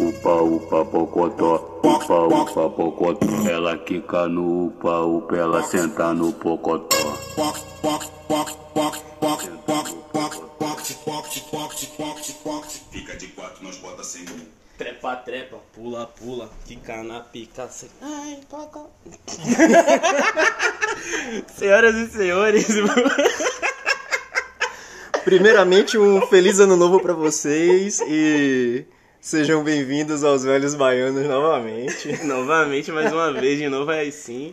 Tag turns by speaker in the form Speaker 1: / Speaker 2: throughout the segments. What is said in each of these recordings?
Speaker 1: Upa, upa, pocotó, upa, upa, pocotó. Ela quica no upa, upa, ela senta no pocotó.
Speaker 2: Fica de quatro, nós bota sem um.
Speaker 3: Trepa, trepa, pula, pula, fica na pica. se- Ai, toca. Senhoras e senhores,
Speaker 4: Primeiramente, um feliz ano novo pra vocês e sejam bem-vindos aos velhos baianos novamente.
Speaker 3: novamente, mais uma vez, de novo, é sim.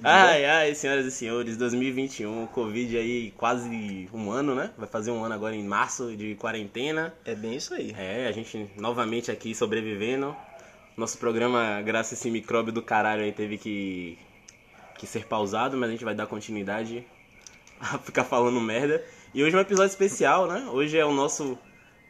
Speaker 3: Ai, ai, senhoras e senhores, 2021, Covid aí quase um ano, né? Vai fazer um ano agora em março de quarentena.
Speaker 4: É bem isso aí.
Speaker 3: É, a gente novamente aqui sobrevivendo. Nosso programa, graças a esse micróbio do caralho aí, teve que, que ser pausado, mas a gente vai dar continuidade a ficar falando merda. E hoje é um episódio especial, né? Hoje é o nosso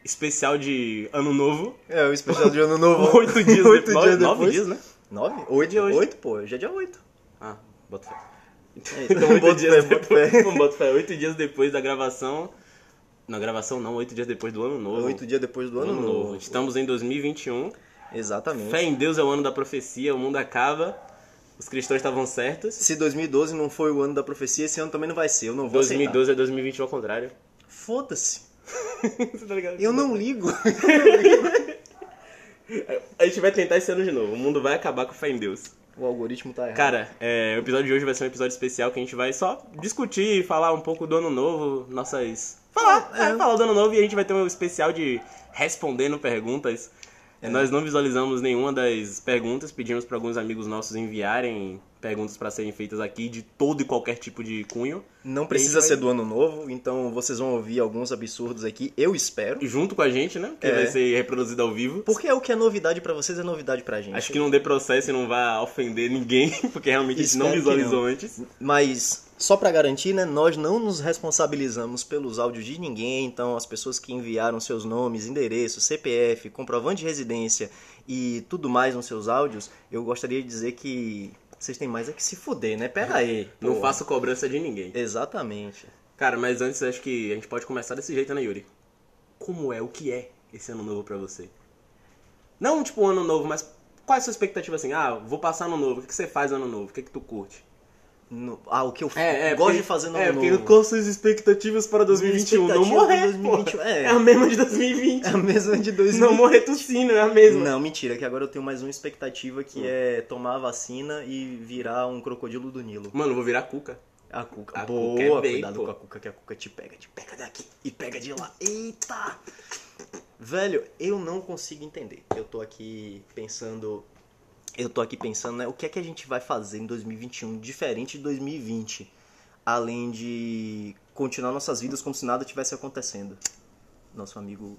Speaker 3: especial de Ano Novo.
Speaker 4: É o especial de ano novo.
Speaker 3: Oito dias,
Speaker 4: Oito
Speaker 3: depois, nove, nove dias,
Speaker 4: dias depois.
Speaker 3: né?
Speaker 4: Nove?
Speaker 3: Hoje é
Speaker 4: Oito?
Speaker 3: hoje.
Speaker 4: Oito, pô. Hoje é dia oito.
Speaker 3: Ah, bota fé. É,
Speaker 4: Então, bota fé, bota
Speaker 3: depois,
Speaker 4: fé.
Speaker 3: Não, bota fé. Oito dias depois da gravação. Não, gravação não, oito dias depois do Ano Novo.
Speaker 4: Oito dias depois do
Speaker 3: do
Speaker 4: ano, novo.
Speaker 3: Estamos em 2021.
Speaker 4: Exatamente.
Speaker 3: Fé em Deus é o ano da profecia, o mundo acaba, os cristãos estavam certos.
Speaker 4: Se 2012 não foi o ano da profecia, esse ano também não vai ser. Eu não vou aceitar.
Speaker 3: 2012 é 2021 ao contrário.
Speaker 4: Foda-se.
Speaker 3: Você tá ligado?
Speaker 4: Eu não ligo.
Speaker 3: A gente vai tentar esse ano de novo, o mundo vai acabar com fé em Deus.
Speaker 4: O algoritmo tá errado.
Speaker 3: Cara, é, o episódio de hoje vai ser um episódio especial que a gente vai só discutir, falar um pouco do ano novo, nossas. Falar, é, falar do ano novo e a gente vai ter um especial de respondendo perguntas. Nós não visualizamos nenhuma das perguntas, pedimos para alguns amigos nossos enviarem perguntas para serem feitas aqui de todo e qualquer tipo de cunho.
Speaker 4: não precisa
Speaker 3: Vai-
Speaker 4: ser do ano novo, então vocês vão ouvir alguns absurdos aqui, eu espero.
Speaker 3: junto com a gente, né? Que
Speaker 4: É.
Speaker 3: vai ser reproduzido ao vivo.
Speaker 4: Porque é o que é novidade pra vocês, é novidade pra gente.
Speaker 3: Acho que não dê processo e não vá ofender ninguém, porque realmente a gente não
Speaker 4: Espero que
Speaker 3: visualizou
Speaker 4: não.
Speaker 3: antes.
Speaker 4: Mas só pra garantir, né, nós não nos responsabilizamos pelos áudios de ninguém, então as pessoas que enviaram seus nomes, endereço, CPF, comprovante de residência e tudo mais nos seus áudios, eu gostaria de dizer que vocês têm mais é que se fuder, né? Pera aí.
Speaker 3: Não
Speaker 4: pô.
Speaker 3: faço cobrança de ninguém.
Speaker 4: Exatamente.
Speaker 3: Cara, mas antes acho que a gente pode começar desse jeito, né, Yuri? Como é, o que é esse ano novo pra você? Não tipo um ano novo, mas qual é a sua expectativa assim? Ah, vou passar ano novo, o que que você faz ano novo? O que que tu curte?
Speaker 4: No- ah, o que eu gosto de fazer no
Speaker 3: é,
Speaker 4: ano
Speaker 3: porque
Speaker 4: novo.
Speaker 3: quais suas expectativas para 2021? não
Speaker 4: Expectativa de
Speaker 3: morrer,
Speaker 4: 2021,
Speaker 3: pô.
Speaker 4: é.
Speaker 3: É. a mesma de 2020.
Speaker 4: É a mesma de 2000.
Speaker 3: Não morrer tossindo, é a mesma.
Speaker 4: né? Não, mentira, que agora eu tenho mais uma expectativa
Speaker 3: Hum.
Speaker 4: que é tomar a vacina e virar um crocodilo do Nilo.
Speaker 3: Mano, eu vou virar cuca.
Speaker 4: A cuca.
Speaker 3: A
Speaker 4: Boa,
Speaker 3: cuca é bem,
Speaker 4: cuidado
Speaker 3: pô.
Speaker 4: com a cuca, que a cuca te pega. Te pega daqui e pega de lá. Eita! Velho, eu não consigo entender. Eu tô aqui pensando... Eu tô aqui pensando, né? O que é que a gente vai fazer em 2021 diferente de 2020? Além de continuar nossas vidas como se nada tivesse acontecendo. Nosso amigo...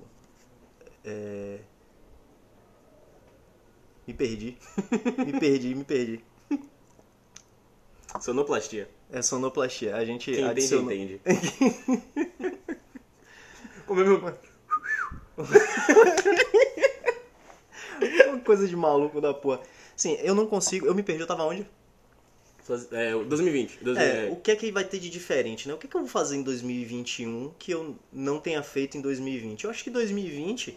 Speaker 4: é, Me perdi. me perdi, me perdi.
Speaker 3: Sonoplastia.
Speaker 4: É sonoplastia. A gente
Speaker 3: Quem
Speaker 4: adicionou...
Speaker 3: entende, entende. Como é meu...
Speaker 4: Uma coisa de maluco da porra. Sim, eu não consigo. Eu me perdi, eu tava onde?
Speaker 3: Suas- É, o 2020. dois-
Speaker 4: É,
Speaker 3: é,
Speaker 4: o que é que vai ter de diferente, né? O que, é que eu vou fazer em 2021 que eu não tenha feito em 2020? Eu acho que 2020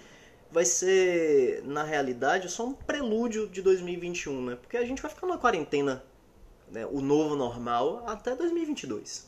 Speaker 4: vai ser, na realidade, só um prelúdio de 2021, né? Porque a gente vai ficar numa quarentena, né? o novo normal, até 2022.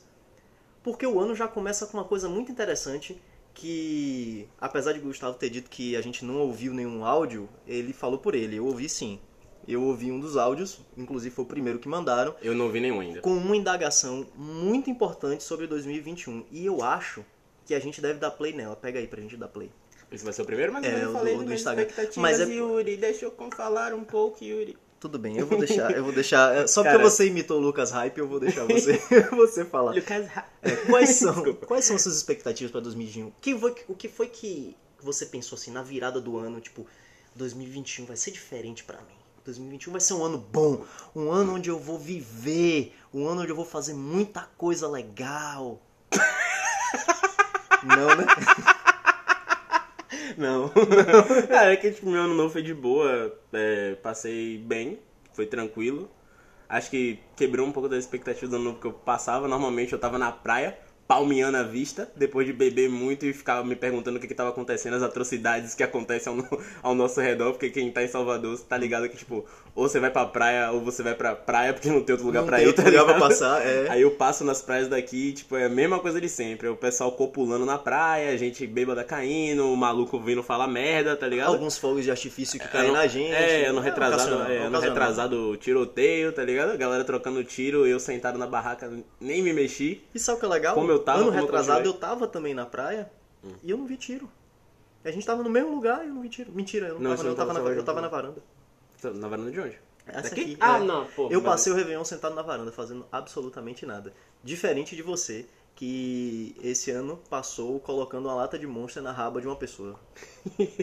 Speaker 4: Porque o ano já começa com uma coisa muito interessante que, apesar de Gustavo ter dito que a gente não ouviu nenhum áudio, ele falou por ele. Eu ouvi sim. Eu ouvi um dos áudios, inclusive foi o primeiro que mandaram
Speaker 3: Eu não vi nenhum ainda.
Speaker 4: com uma indagação muito importante sobre 2021. E eu acho que a gente deve dar play nela. Pega aí pra gente dar play.
Speaker 3: Esse vai ser o primeiro, mas
Speaker 4: É,
Speaker 3: eu já
Speaker 4: o
Speaker 3: falei
Speaker 4: do-
Speaker 3: das
Speaker 4: do
Speaker 3: minhas
Speaker 4: Instagram.
Speaker 3: expectativas,
Speaker 4: Mas é-
Speaker 3: Yuri. Deixa eu com- falar um pouco, Yuri.
Speaker 4: Tudo bem, eu vou deixar, eu vou deixar. é, Só porque
Speaker 3: Cara.
Speaker 4: você imitou o Lucas Hype, eu vou deixar você, você falar.
Speaker 3: Lucas Ra-
Speaker 4: É, quais são,
Speaker 3: Desculpa.
Speaker 4: quais são suas expectativas pra 2021? Que foi, o que foi que você pensou assim na virada do ano, tipo, 2021 vai ser diferente pra mim. 2021 vai ser um ano bom, um ano onde eu vou viver, um ano onde eu vou fazer muita coisa legal. Não, né?
Speaker 3: Não. Cara, é que tipo, meu ano novo foi de boa. é, passei bem, foi tranquilo. Acho que quebrou um pouco das expectativas do ano novo que eu passava. Normalmente eu tava na praia. palmiana à vista, depois de beber muito e ficar me perguntando o que estava acontecendo, as atrocidades que acontecem ao, no- ao nosso redor, porque quem tá em Salvador tá ligado que, tipo, ou você vai pra praia ou você vai pra praia porque não tem outro lugar
Speaker 4: Não
Speaker 3: pra
Speaker 4: tem
Speaker 3: ir,
Speaker 4: outro
Speaker 3: tá
Speaker 4: lugar pra
Speaker 3: ligado?
Speaker 4: passar, é.
Speaker 3: Aí eu passo nas praias daqui, tipo, é a mesma coisa de sempre. O pessoal copulando na praia, a gente bêbada caindo, o maluco vindo falar merda, tá ligado?
Speaker 4: Alguns fogos de artifício que caem
Speaker 3: Ano-
Speaker 4: na gente. né?
Speaker 3: É, ano retrasado,
Speaker 4: ocasional,
Speaker 3: é, ano
Speaker 4: ocasional.
Speaker 3: retrasado tiroteio, tá ligado? A galera trocando tiro, eu sentado na barraca, nem me mexi.
Speaker 4: E sabe o que é legal?
Speaker 3: Como eu tava,
Speaker 4: ano
Speaker 3: como eu
Speaker 4: retrasado eu,
Speaker 3: continuei.
Speaker 4: tava também na praia
Speaker 3: Hum.
Speaker 4: e eu não vi tiro. A gente tava no mesmo lugar e eu não vi tiro. Mentira, eu não,
Speaker 3: Não,
Speaker 4: tava,
Speaker 3: você
Speaker 4: não, eu
Speaker 3: não
Speaker 4: tava,
Speaker 3: tava
Speaker 4: na, eu
Speaker 3: sabendo.
Speaker 4: tava na varanda.
Speaker 3: Na varanda de onde?
Speaker 4: Essa
Speaker 3: Daqui?
Speaker 4: aqui,
Speaker 3: Ah,
Speaker 4: é.
Speaker 3: não, pô.
Speaker 4: Eu
Speaker 3: mas-
Speaker 4: passei o Réveillon sentado na varanda, fazendo absolutamente nada. Diferente de você, que esse ano passou colocando uma lata de monstro na raba de uma pessoa.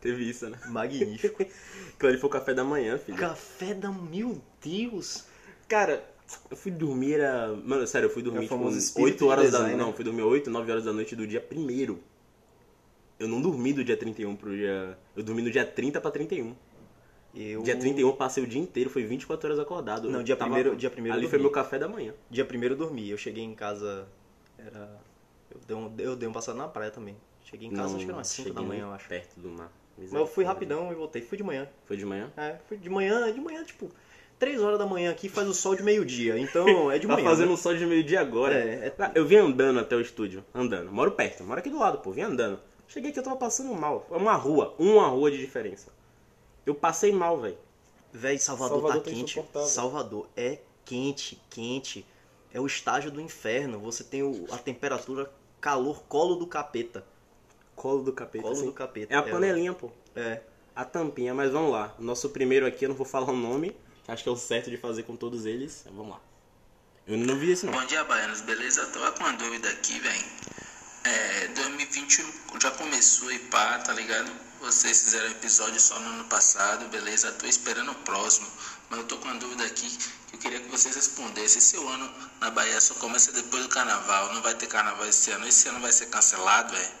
Speaker 3: Teve isso, né?
Speaker 4: Magnífico.
Speaker 3: Aquilo ali foi o café da manhã, filho.
Speaker 4: Café da... Meu Deus!
Speaker 3: Cara, eu fui dormir, era... Mano, sério, eu fui
Speaker 4: É o
Speaker 3: dormir, tipo,
Speaker 4: famoso
Speaker 3: uns
Speaker 4: espírito
Speaker 3: 8
Speaker 4: de
Speaker 3: horas da...
Speaker 4: design, né?
Speaker 3: Não, fui dormir 8, 9 horas da noite do dia primeiro. Eu não dormi do dia 31 pro dia... Eu dormi no dia 30 pra 31.
Speaker 4: Eu...
Speaker 3: Dia 31 eu passei o dia inteiro, foi 24 horas acordado.
Speaker 4: Não,
Speaker 3: Eu
Speaker 4: dia
Speaker 3: tava-
Speaker 4: primeiro- dia primeiro eu
Speaker 3: Ali foi
Speaker 4: dormi.
Speaker 3: meu café da manhã.
Speaker 4: Dia primeiro eu dormi. Eu cheguei em casa... Era... Eu dei um, eu dei um passado na praia também. Cheguei em casa, acho que era umas 5 da
Speaker 3: cheguei
Speaker 4: manhã, eu acho.
Speaker 3: Perto do mar.
Speaker 4: Mas eu fui rapidão e voltei. Fui de manhã.
Speaker 3: Foi de manhã?
Speaker 4: É, fui de manhã, de manhã, tipo... 3 horas da manhã aqui faz o sol de meio-dia. Então é de
Speaker 3: tá
Speaker 4: manhã.
Speaker 3: fazendo
Speaker 4: né?
Speaker 3: um sol né? de meio-dia agora.
Speaker 4: É, é-
Speaker 3: Tá, Eu vim andando até o estúdio, andando. Moro perto, moro aqui do lado, pô, vim andando. Cheguei aqui, eu tava passando mal. É uma rua, uma rua de diferença. Eu passei mal, velho.
Speaker 4: Véi, Salvador,
Speaker 5: Salvador
Speaker 4: tá
Speaker 5: tá
Speaker 4: quente.
Speaker 5: insuportável.
Speaker 4: Salvador é quente, quente. É o estágio do inferno. Você tem o- a temperatura, calor, colo do capeta.
Speaker 3: Colo do capeta.
Speaker 4: Colo
Speaker 3: assim.
Speaker 4: do capeta.
Speaker 3: É a
Speaker 4: É,
Speaker 3: panelinha, pô.
Speaker 4: É.
Speaker 3: A tampinha, mas vamos lá. Nosso primeiro aqui, eu não vou falar o nome. que Acho que é o certo de fazer com todos eles. Vamos lá. Eu não vi esse não.
Speaker 6: Bom dia, baianos, beleza? Tava com uma dúvida aqui, velho. É, 2021 já começou e pá, tá ligado? Vocês fizeram episódio só no ano passado, beleza? Tô esperando o próximo, mas eu tô com uma dúvida aqui que eu queria que vocês respondessem. Esse ano na Bahia só começa depois do carnaval, não vai ter carnaval esse ano, esse ano vai ser cancelado, é? velho?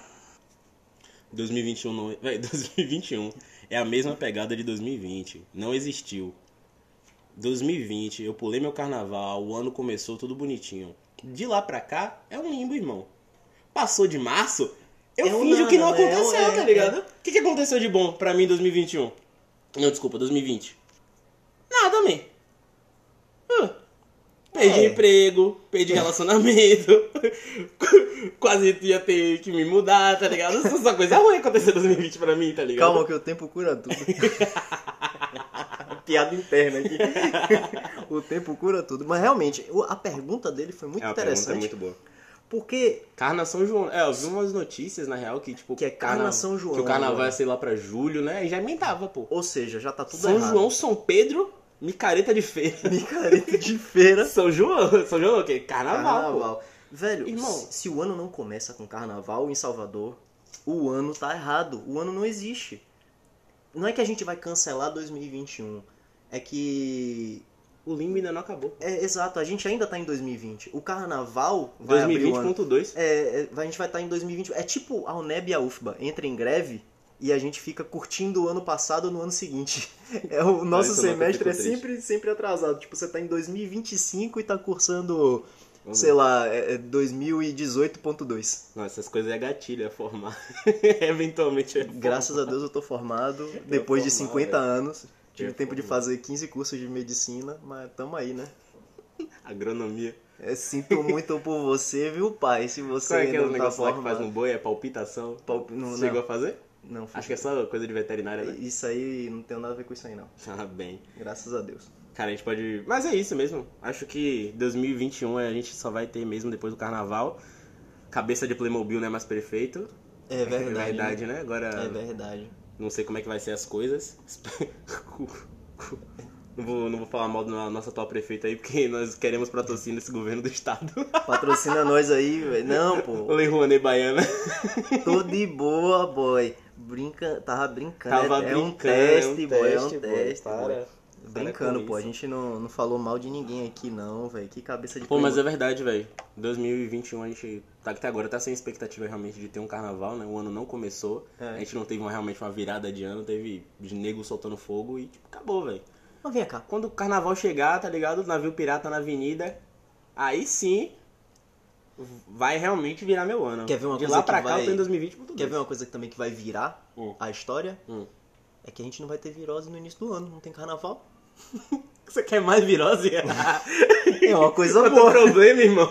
Speaker 3: 2021 não. é, Véi, 2021 é a mesma pegada de 2020. Não existiu. 2020, eu pulei meu carnaval, o ano começou tudo bonitinho. De lá pra cá, é um limbo, irmão. Passou de março, eu
Speaker 4: É um
Speaker 3: finjo que não
Speaker 4: nada, né?
Speaker 3: aconteceu,
Speaker 4: É um-
Speaker 3: tá
Speaker 4: é,
Speaker 3: ligado? O que, que aconteceu de bom pra mim em 2021? Não, desculpa, 2020. Nada, man. Ah, Perdi
Speaker 4: É.
Speaker 3: emprego, perdi relacionamento, quase ia ter que me mudar, tá ligado? Isso é Só coisa ruim aconteceu em 2020 pra mim, tá ligado?
Speaker 4: Calma que o tempo cura tudo. Piada interna aqui. o tempo cura tudo. Mas realmente, o- a pergunta dele foi muito
Speaker 3: é uma pergunta
Speaker 4: interessante.
Speaker 3: muito boa.
Speaker 4: Porque
Speaker 3: Carna São João. É, eu vi umas notícias, na real, que tipo...
Speaker 4: Que é Carna
Speaker 3: carna-
Speaker 4: São João,
Speaker 3: Que o carnaval
Speaker 4: né?
Speaker 3: ia ser lá pra julho, né? E já emendava, pô.
Speaker 4: Ou seja, já tá tudo
Speaker 3: São
Speaker 4: errado.
Speaker 3: João, São Pedro, micareta de feira.
Speaker 4: Micareta de feira.
Speaker 3: São João, São João é o quê? Carnaval, pô.
Speaker 4: Carnaval. Velho,
Speaker 3: Irmão.
Speaker 4: se- se o ano não começa com carnaval em Salvador, o ano tá errado. O ano não existe. Não é que a gente vai cancelar 2021. É que.
Speaker 3: O limbo ainda não acabou.
Speaker 4: É exato, a gente ainda tá em 2020. O carnaval vai abrir o ano.
Speaker 3: 2020.2.
Speaker 4: É, é, a gente vai estar em 2020. É tipo a UNEB e a UFBA. Entra em greve e a gente fica curtindo o ano passado no ano seguinte. É, o nosso
Speaker 3: isso é uma coisa
Speaker 4: semestre é
Speaker 3: que eu fico
Speaker 4: sempre, sempre atrasado. Tipo, você tá em 2025 e tá cursando
Speaker 3: Vamos
Speaker 4: sei lá, é, é 2018.2.
Speaker 3: Não, essas coisas é gatilho, é formar. Eventualmente é formar.
Speaker 4: Graças a Deus eu tô formado depois de
Speaker 3: formado, é.
Speaker 4: 50 anos. Tive
Speaker 3: Eu
Speaker 4: tempo de
Speaker 3: formado.
Speaker 4: fazer 15 cursos de medicina, mas tamo aí, né?
Speaker 3: Agronomia.
Speaker 4: É, sinto muito por você, viu, pai? Se
Speaker 3: Qual é
Speaker 4: você
Speaker 3: aquele
Speaker 4: não tá
Speaker 3: negócio lá que faz no
Speaker 4: formado.
Speaker 3: boi? É palpitação?
Speaker 4: Palp- não,
Speaker 3: Você chegou a
Speaker 4: não.
Speaker 3: fazer?
Speaker 4: Não,
Speaker 3: Acho que é só coisa de veterinária, né?
Speaker 4: Isso aí não tem nada a ver com isso aí, não.
Speaker 3: Ah, bem.
Speaker 4: Graças a Deus.
Speaker 3: Cara, a gente pode. Mas é isso mesmo. Acho que 2021 a gente só vai ter mesmo depois do carnaval. Cabeça de Playmobil não é mais perfeito.
Speaker 4: É verdade.
Speaker 3: É verdade,
Speaker 4: né?
Speaker 3: né? Agora
Speaker 4: É verdade.
Speaker 3: não sei como é que vai ser as coisas. Não vou, não vou falar mal da nossa atual prefeita aí, porque nós queremos patrocínio esse governo do estado.
Speaker 4: Patrocina nós aí, velho. Não, pô.
Speaker 3: Lei Rouanet Baiana.
Speaker 4: Tô de boa, boy. Brinca... Tava brincando.
Speaker 3: Tava
Speaker 4: é, um
Speaker 3: brincando, é um
Speaker 4: teste, boy. É um
Speaker 3: teste,
Speaker 4: teste,
Speaker 3: boy.
Speaker 4: boy.
Speaker 3: Para.
Speaker 4: Brincando,
Speaker 3: com
Speaker 4: pô. A
Speaker 3: isso.
Speaker 4: gente não, não falou mal de ninguém aqui, não, velho. Que cabeça de
Speaker 3: Pô, mas é
Speaker 4: playboy.
Speaker 3: verdade, velho. 2021 a gente tá até agora tá sem expectativa realmente de ter um carnaval, né? O ano não começou.
Speaker 4: É.
Speaker 3: A gente não teve uma- realmente uma virada de ano, teve de nego soltando fogo e tipo, acabou, velho.
Speaker 4: Mas vem cá.
Speaker 3: Quando o carnaval chegar, tá ligado? Navio pirata na avenida. Aí sim, vai realmente virar meu ano.
Speaker 4: Quer ver uma
Speaker 3: De
Speaker 4: coisa
Speaker 3: lá
Speaker 4: que
Speaker 3: pra cá
Speaker 4: vai-
Speaker 3: eu tô em 2020 muito
Speaker 4: Quer ver uma coisa que também que vai virar
Speaker 3: Hum.
Speaker 4: a história?
Speaker 3: Hum.
Speaker 4: É que a gente não vai ter virose no início do ano, não tem carnaval.
Speaker 3: Você quer mais virose?
Speaker 4: É uma coisa
Speaker 3: Quanto
Speaker 4: boa.
Speaker 3: problema, irmão?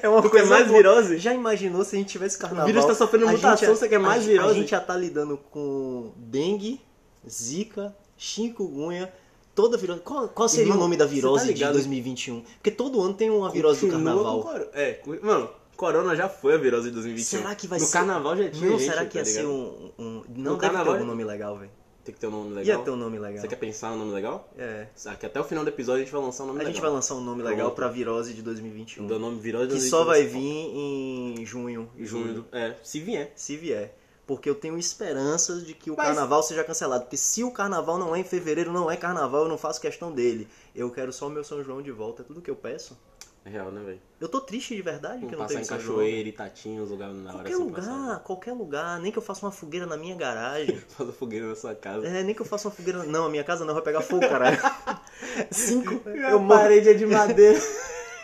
Speaker 4: É uma
Speaker 3: Tu quer
Speaker 4: coisa
Speaker 3: mais
Speaker 4: boa.
Speaker 3: virose?
Speaker 4: Já imaginou se a gente tivesse carnaval?
Speaker 3: O vírus tá sofrendo
Speaker 4: A
Speaker 3: mutação,
Speaker 4: gente-
Speaker 3: você quer mais
Speaker 4: a,
Speaker 3: virose?
Speaker 4: A gente já tá lidando com dengue, zika, chikungunya, toda virose. Qual, qual seria
Speaker 3: Irmão,
Speaker 4: o nome da
Speaker 3: você
Speaker 4: virose
Speaker 3: tá
Speaker 4: de
Speaker 3: ligado?
Speaker 4: 2021? Porque todo ano tem uma virose do
Speaker 3: Continua
Speaker 4: carnaval.
Speaker 3: com coro- É, cu- mano, corona já foi a virose de 2021.
Speaker 4: Será que vai
Speaker 3: no
Speaker 4: ser-
Speaker 3: carnaval já tinha
Speaker 4: Não,
Speaker 3: gente,
Speaker 4: será que
Speaker 3: tá
Speaker 4: ia ser
Speaker 3: ligado?
Speaker 4: um... um- Não
Speaker 3: No
Speaker 4: deve
Speaker 3: carnaval-
Speaker 4: ter um nome legal, velho.
Speaker 3: Tem que ter um nome legal?
Speaker 4: Ia ter um nome legal.
Speaker 3: Você quer pensar um nome legal?
Speaker 4: É.
Speaker 3: Será que até o final do episódio a gente vai lançar um nome
Speaker 4: A
Speaker 3: legal?
Speaker 4: gente vai lançar um nome legal
Speaker 3: Pronto.
Speaker 4: pra virose de 2021.
Speaker 3: Do nome virose
Speaker 4: Que
Speaker 3: de
Speaker 4: só vai vir em junho.
Speaker 3: em junho. do- É, se vier.
Speaker 4: Se vier. Porque eu tenho esperanças de que o
Speaker 3: Mas-
Speaker 4: carnaval seja cancelado. Porque se o carnaval não é em fevereiro, não é carnaval, eu não faço questão dele. Eu quero só o meu São João de volta, é tudo que eu peço.
Speaker 3: É real, né, velho?
Speaker 4: Eu tô triste de verdade que
Speaker 3: Vamos
Speaker 4: não
Speaker 3: passar
Speaker 4: teve
Speaker 3: em
Speaker 4: São João.
Speaker 3: cachoeira, Itatinha, os lugares na hora
Speaker 4: Qualquer
Speaker 3: assim,
Speaker 4: lugar,
Speaker 3: passar.
Speaker 4: qualquer lugar. Nem que eu faça uma fogueira na minha garagem.
Speaker 3: Faz a fogueira na sua casa.
Speaker 4: É, nem que eu faça uma fogueira. Não, a minha casa não vai pegar fogo, caralho. Cinco.
Speaker 3: Eu
Speaker 4: Eu moro.
Speaker 3: parede é de madeira.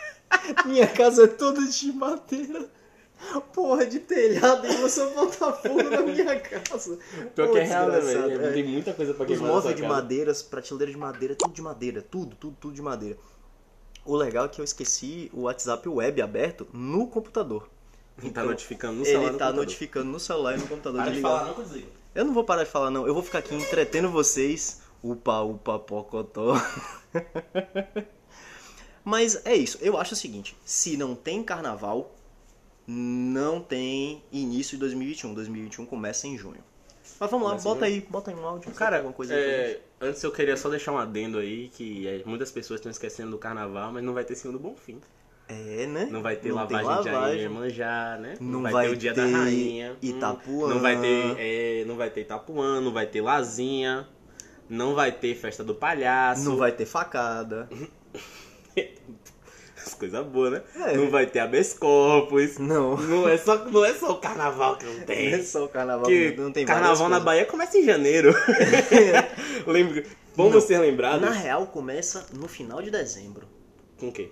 Speaker 4: Minha casa é toda de madeira. Porra, de telhado. E você botar fogo na minha casa.
Speaker 3: Pior
Speaker 4: Pô,
Speaker 3: que é real, né,
Speaker 4: desgraçado,
Speaker 3: velho?
Speaker 4: é.
Speaker 3: Tem muita coisa pra
Speaker 4: Os
Speaker 3: queimar na sua
Speaker 4: móveis de
Speaker 3: casa.
Speaker 4: madeira, as prateleiras de madeira, tudo de madeira, tudo, tudo, tudo de madeira. O legal é que eu esqueci o WhatsApp web aberto no computador.
Speaker 3: Tá notificando no
Speaker 4: Ele
Speaker 3: celular. no
Speaker 4: tá
Speaker 3: computador.
Speaker 4: notificando tá no celular e no computador
Speaker 3: Para de
Speaker 4: desligado.
Speaker 3: falar, não cozinha.
Speaker 4: Eu não vou parar de falar, não. Eu vou ficar aqui entretendo vocês. Upa, upa, pocotó. Mas é isso. Eu acho o seguinte: se não tem carnaval, não tem início de 2021. 2021 começa em junho. Mas vamos
Speaker 3: Começa em
Speaker 4: lá, bota
Speaker 3: junho?
Speaker 4: aí, bota aí um áudio.
Speaker 3: Cara,
Speaker 4: alguma coisa aí pra
Speaker 3: é,
Speaker 4: gente.
Speaker 3: antes eu queria só deixar um adendo aí, que é, muitas pessoas estão esquecendo do carnaval, mas não vai ter segundo bom fim.
Speaker 4: É, né?
Speaker 3: Não vai ter
Speaker 4: Não tem
Speaker 3: lavagem, de
Speaker 4: lavagem.
Speaker 3: areia, manjar, né?
Speaker 4: Não vai
Speaker 3: ter o dia
Speaker 4: ter
Speaker 3: da rainha. Hum,
Speaker 4: Itapuã.
Speaker 3: Não vai ter, é, não vai ter Itapuã, não vai ter Lazinha, não vai ter festa do palhaço.
Speaker 4: Não vai ter facada.
Speaker 3: As coisas boas, né?
Speaker 4: É.
Speaker 3: Não vai ter habeas corpus.
Speaker 4: Não.
Speaker 3: Não é só, não é só o carnaval que não tem.
Speaker 4: É só o carnaval
Speaker 3: Que
Speaker 4: não tem
Speaker 3: carnaval na
Speaker 4: várias
Speaker 3: Bahia começa em janeiro. Lembra? Bom
Speaker 4: Não.
Speaker 3: você lembrar.
Speaker 4: coisas. Na real, começa no final de dezembro.
Speaker 3: Com o quê?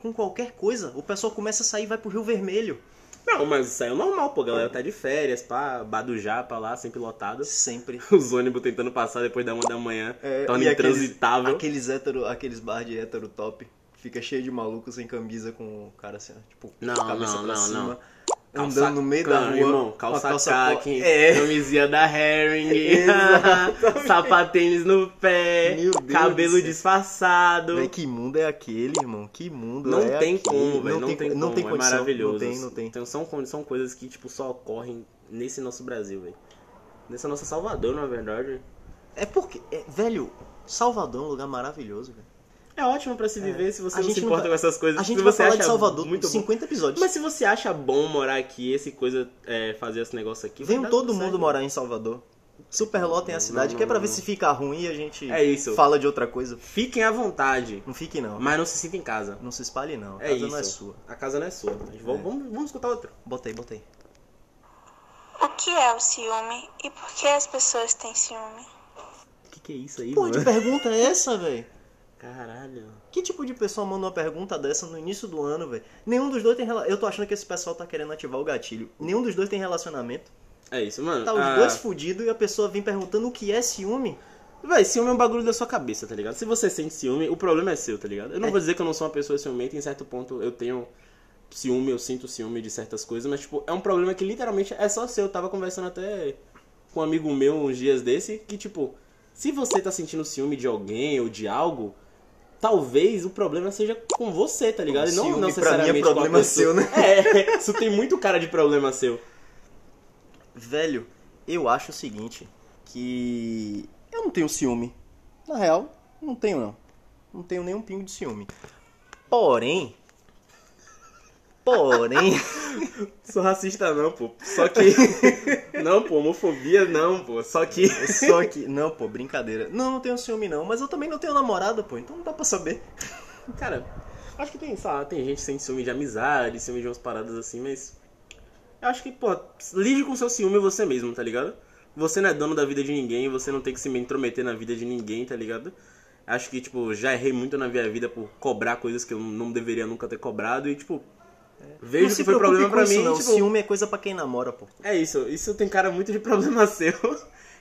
Speaker 4: Com qualquer coisa, o pessoal começa a sair e vai pro Rio Vermelho.
Speaker 3: Não, mas isso aí é normal, pô. A galera tá de férias, pá. Bar do Japa lá, sempre lotado.
Speaker 4: Sempre.
Speaker 3: Os ônibus tentando passar depois da uma da manhã.
Speaker 4: É,
Speaker 3: torna
Speaker 4: e aqueles-
Speaker 3: intransitável.
Speaker 4: Aqueles, hétero, aqueles bar de hétero top. Fica cheio de maluco sem camisa com o cara assim, ó, tipo,
Speaker 3: Não,
Speaker 4: com a cabeça
Speaker 3: não,
Speaker 4: pra
Speaker 3: não,
Speaker 4: cima.
Speaker 3: não.
Speaker 4: Andando no meio da
Speaker 3: Não,
Speaker 4: rua.
Speaker 3: irmão,
Speaker 4: com a
Speaker 3: calça,
Speaker 4: calça
Speaker 3: caqui,
Speaker 4: co- É.
Speaker 3: camisinha da Herring,
Speaker 4: Exatamente.
Speaker 3: sapatênis no pé,
Speaker 4: Meu Deus do
Speaker 3: cabelo
Speaker 4: céu.
Speaker 3: disfarçado.
Speaker 4: Véi, que mundo é aquele, irmão? Que mundo
Speaker 3: Não
Speaker 4: é
Speaker 3: tem
Speaker 4: aquele?
Speaker 3: como, velho. Não, tem,
Speaker 4: Não
Speaker 3: como.
Speaker 4: tem
Speaker 3: é
Speaker 4: condição.
Speaker 3: maravilhoso.
Speaker 4: Não tem, não tem.
Speaker 3: Então são, con- são coisas que, tipo, só ocorrem nesse nosso Brasil, velho. Nessa nossa Salvador, na verdade.
Speaker 4: É porque, é, velho, Salvador é um lugar maravilhoso, velho.
Speaker 3: É ótimo pra se viver se você
Speaker 4: A
Speaker 3: não se
Speaker 4: gente não
Speaker 3: importa
Speaker 4: vai-
Speaker 3: com essas coisas.
Speaker 4: A gente
Speaker 3: se
Speaker 4: vai
Speaker 3: você
Speaker 4: falar
Speaker 3: acha
Speaker 4: de Salvador em
Speaker 3: muito bom.
Speaker 4: 50 episódios.
Speaker 3: Mas se você acha bom morar aqui, esse coisa, é, fazer esse negócio aqui... vai
Speaker 4: Venham
Speaker 3: dar
Speaker 4: todo
Speaker 3: tudo
Speaker 4: mundo
Speaker 3: certo.
Speaker 4: morar em Salvador. Superlotem a cidade,
Speaker 3: não,
Speaker 4: que é pra
Speaker 3: não,
Speaker 4: ver
Speaker 3: não.
Speaker 4: se fica ruim e a gente
Speaker 3: É isso.
Speaker 4: fala de outra coisa.
Speaker 3: Fiquem à vontade,
Speaker 4: Não fique não.
Speaker 3: mas não se sinta em casa.
Speaker 4: Não se espalhe não. A
Speaker 3: É
Speaker 4: casa
Speaker 3: isso.
Speaker 4: não é sua.
Speaker 3: A casa não é sua. Mas vamos, vamos, vamos escutar outro.
Speaker 4: Bota aí, bota aí.
Speaker 5: O que é o ciúme e por que as pessoas têm ciúme?
Speaker 3: O que, que é isso aí,
Speaker 4: Porra,
Speaker 3: mano?
Speaker 4: que pergunta é essa, velho?
Speaker 3: Caralho.
Speaker 4: Que tipo de pessoa manda uma pergunta dessa no início do ano, velho? Nenhum dos dois tem rela... Eu tô achando que esse pessoal tá querendo ativar o gatilho. Nenhum dos dois tem relacionamento.
Speaker 3: É isso, mano.
Speaker 4: Tá os
Speaker 3: Ah,
Speaker 4: dois fudidos e a pessoa vem perguntando o que é ciúme.
Speaker 3: Véi, ciúme é um bagulho da sua cabeça, tá ligado? Se você sente ciúme, o problema é seu, tá ligado? Eu não
Speaker 4: É.
Speaker 3: vou dizer que eu não sou uma pessoa ciumenta, em certo ponto eu tenho ciúme, eu sinto ciúme de certas coisas, mas, tipo, é um problema que literalmente é só seu. Eu tava conversando até com um amigo meu uns dias desse, que, tipo, se você tá sentindo ciúme de alguém ou de algo, talvez o problema seja com você, tá ligado? E não,
Speaker 4: Ciúme,
Speaker 3: não
Speaker 4: pra mim, é
Speaker 3: necessariamente com a
Speaker 4: problema
Speaker 3: pessoa.
Speaker 4: seu, né?
Speaker 3: É, isso tem muito cara de problema seu.
Speaker 4: Velho, eu acho o seguinte, que eu não tenho ciúme. Na real, não tenho não. Não tenho nenhum pingo de ciúme. Porém, porém,
Speaker 3: Sou racista não, pô. Só que. não, pô, homofobia não, pô. Só que.
Speaker 4: só que não, pô, brincadeira. Não, não tenho ciúme não, mas eu também não tenho namorada, pô, então não dá pra saber.
Speaker 3: Cara, acho que tem, sei lá, tem gente que sente ciúme de amizade, ciúme de umas paradas assim, mas. Eu acho que, pô, lide com seu ciúme você mesmo, tá ligado? Você não é dono da vida de ninguém, você não tem que se intrometer na vida de ninguém, tá ligado? Acho que, tipo, já errei muito na minha vida por cobrar coisas que eu não deveria nunca ter cobrado e, tipo, Vejo
Speaker 4: não se
Speaker 3: que foi
Speaker 4: preocupe
Speaker 3: problema
Speaker 4: com
Speaker 3: pra
Speaker 4: isso,
Speaker 3: mim.
Speaker 4: Não.
Speaker 3: tipo,
Speaker 4: Ciúme é coisa pra quem namora, pô.
Speaker 3: É isso, isso tem cara muito de problema seu.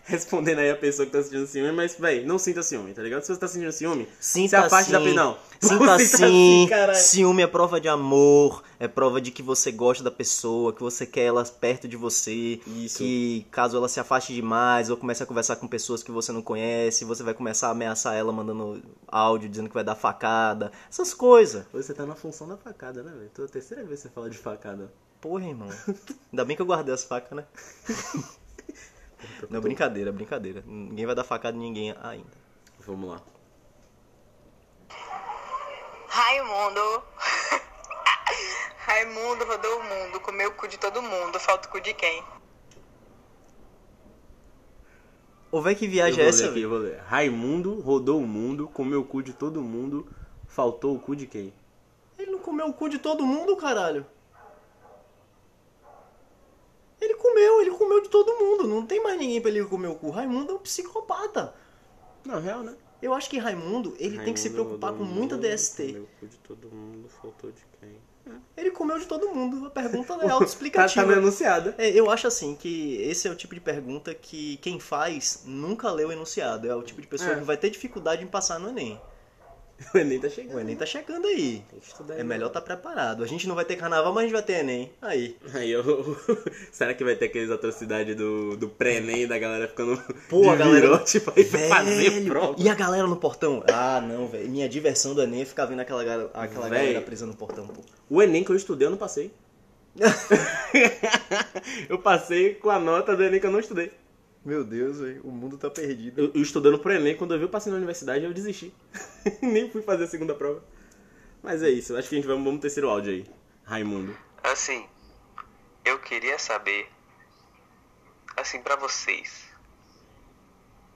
Speaker 3: Respondendo aí a pessoa que tá sentindo ciúme, mas, véi, não sinta ciúme, tá ligado? Se você tá sentindo ciúme, se
Speaker 4: Sinta
Speaker 3: aparte
Speaker 4: assim.
Speaker 3: da pe- Não.
Speaker 4: Sinta assim.
Speaker 3: assim, caralho.
Speaker 4: Ciúme é prova de amor, é prova de que você gosta da pessoa, que você quer ela perto de você.
Speaker 3: Isso.
Speaker 4: Que caso ela se afaste demais ou comece a conversar com pessoas que você não conhece, você vai começar a ameaçar ela mandando áudio dizendo que vai dar facada. Essas coisas.
Speaker 3: Você tá na função da facada, né, velho? Tô a terceira vez que você fala de facada.
Speaker 4: Porra, irmão. Ainda bem que eu guardei as facas, né? Não, brincadeira, brincadeira. Ninguém vai dar facada em ninguém ainda.
Speaker 3: Vamos lá.
Speaker 7: Raimundo. Raimundo rodou o mundo, comeu o cu de todo mundo, falta o cu de quem?
Speaker 4: Ô, véi, que
Speaker 3: Eu
Speaker 4: viagem
Speaker 3: vou
Speaker 4: é
Speaker 3: ler
Speaker 4: essa?
Speaker 3: aqui, eu vou ler. Raimundo rodou o mundo, comeu o cu de todo mundo, faltou o cu de quem?
Speaker 4: Ele não comeu o cu de todo mundo, caralho. Ele comeu, ele comeu de todo mundo. Não tem mais ninguém pra ele comer o cu. Raimundo é um psicopata.
Speaker 3: Não, real, né?
Speaker 4: Eu acho que Raimundo, é um ele tem que se preocupar com muita DST.
Speaker 3: o cu de todo mundo, faltou de quem?
Speaker 4: Ele comeu de todo mundo. A pergunta é
Speaker 3: Tá, tá
Speaker 4: autoexplicativa.
Speaker 3: na enunciada.
Speaker 4: É, eu acho assim que esse é o tipo de pergunta que quem faz nunca leu o enunciado. É o tipo de pessoa
Speaker 3: É.
Speaker 4: que vai ter dificuldade em passar no Enem.
Speaker 3: O Enem tá
Speaker 4: O
Speaker 3: chegando.
Speaker 4: Enem tá chegando aí.
Speaker 3: Tem que estudar
Speaker 4: É
Speaker 3: aí, né?
Speaker 4: melhor estar preparado. A gente não vai ter carnaval, mas a gente vai ter Enem. Aí.
Speaker 3: Aí eu. Será que vai ter aqueles atrocidades do, do pré-ENEM da galera ficando.
Speaker 4: Pô,
Speaker 3: de
Speaker 4: a galera-
Speaker 3: virote pra ir fazer
Speaker 4: Velho,
Speaker 3: prova?
Speaker 4: E a galera no portão? Ah, não, velho. Minha diversão do Enem é ficar vendo aquela, gal- aquela
Speaker 3: Velho.
Speaker 4: galera presa no portão, pô.
Speaker 3: O Enem que eu estudei, eu não passei. eu passei com a nota do Enem que eu não estudei.
Speaker 4: Meu Deus, velho. O mundo tá perdido.
Speaker 3: Eu, eu estudando pro Enem, quando eu vi eu passei na universidade, eu desisti. Nem fui fazer a segunda prova. Mas é isso, acho que a gente vai vamos pro terceiro áudio aí. Raimundo.
Speaker 8: Assim, eu queria saber, assim, pra vocês,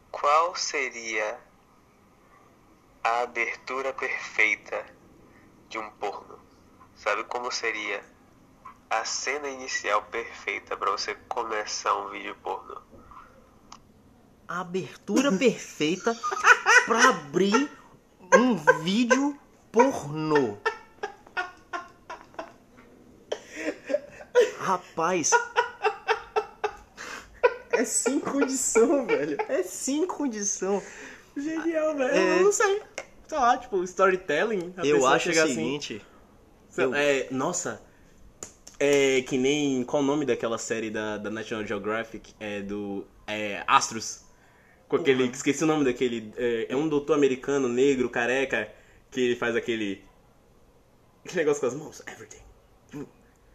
Speaker 8: qual seria a abertura perfeita de um porno? Sabe como seria a cena inicial perfeita pra você começar um vídeo porno?
Speaker 4: A abertura perfeita pra abrir um vídeo pornô. Rapaz,
Speaker 3: É sem condição, velho.
Speaker 4: é sem condição.
Speaker 3: Genial, velho.
Speaker 4: É.
Speaker 3: Eu não sei. Sei lá, tipo, storytelling. a
Speaker 4: Eu
Speaker 3: pessoa
Speaker 4: acho assim, o
Speaker 3: chega assim.
Speaker 4: seguinte.
Speaker 3: Sei lá, é, nossa. É que nem. Qual o nome daquela série da, da National Geographic? É do. É, Astros. Com aquele. Esqueci o nome daquele. É, é um doutor americano, negro, careca, que ele faz aquele. Aquele negócio com as mãos. Everything.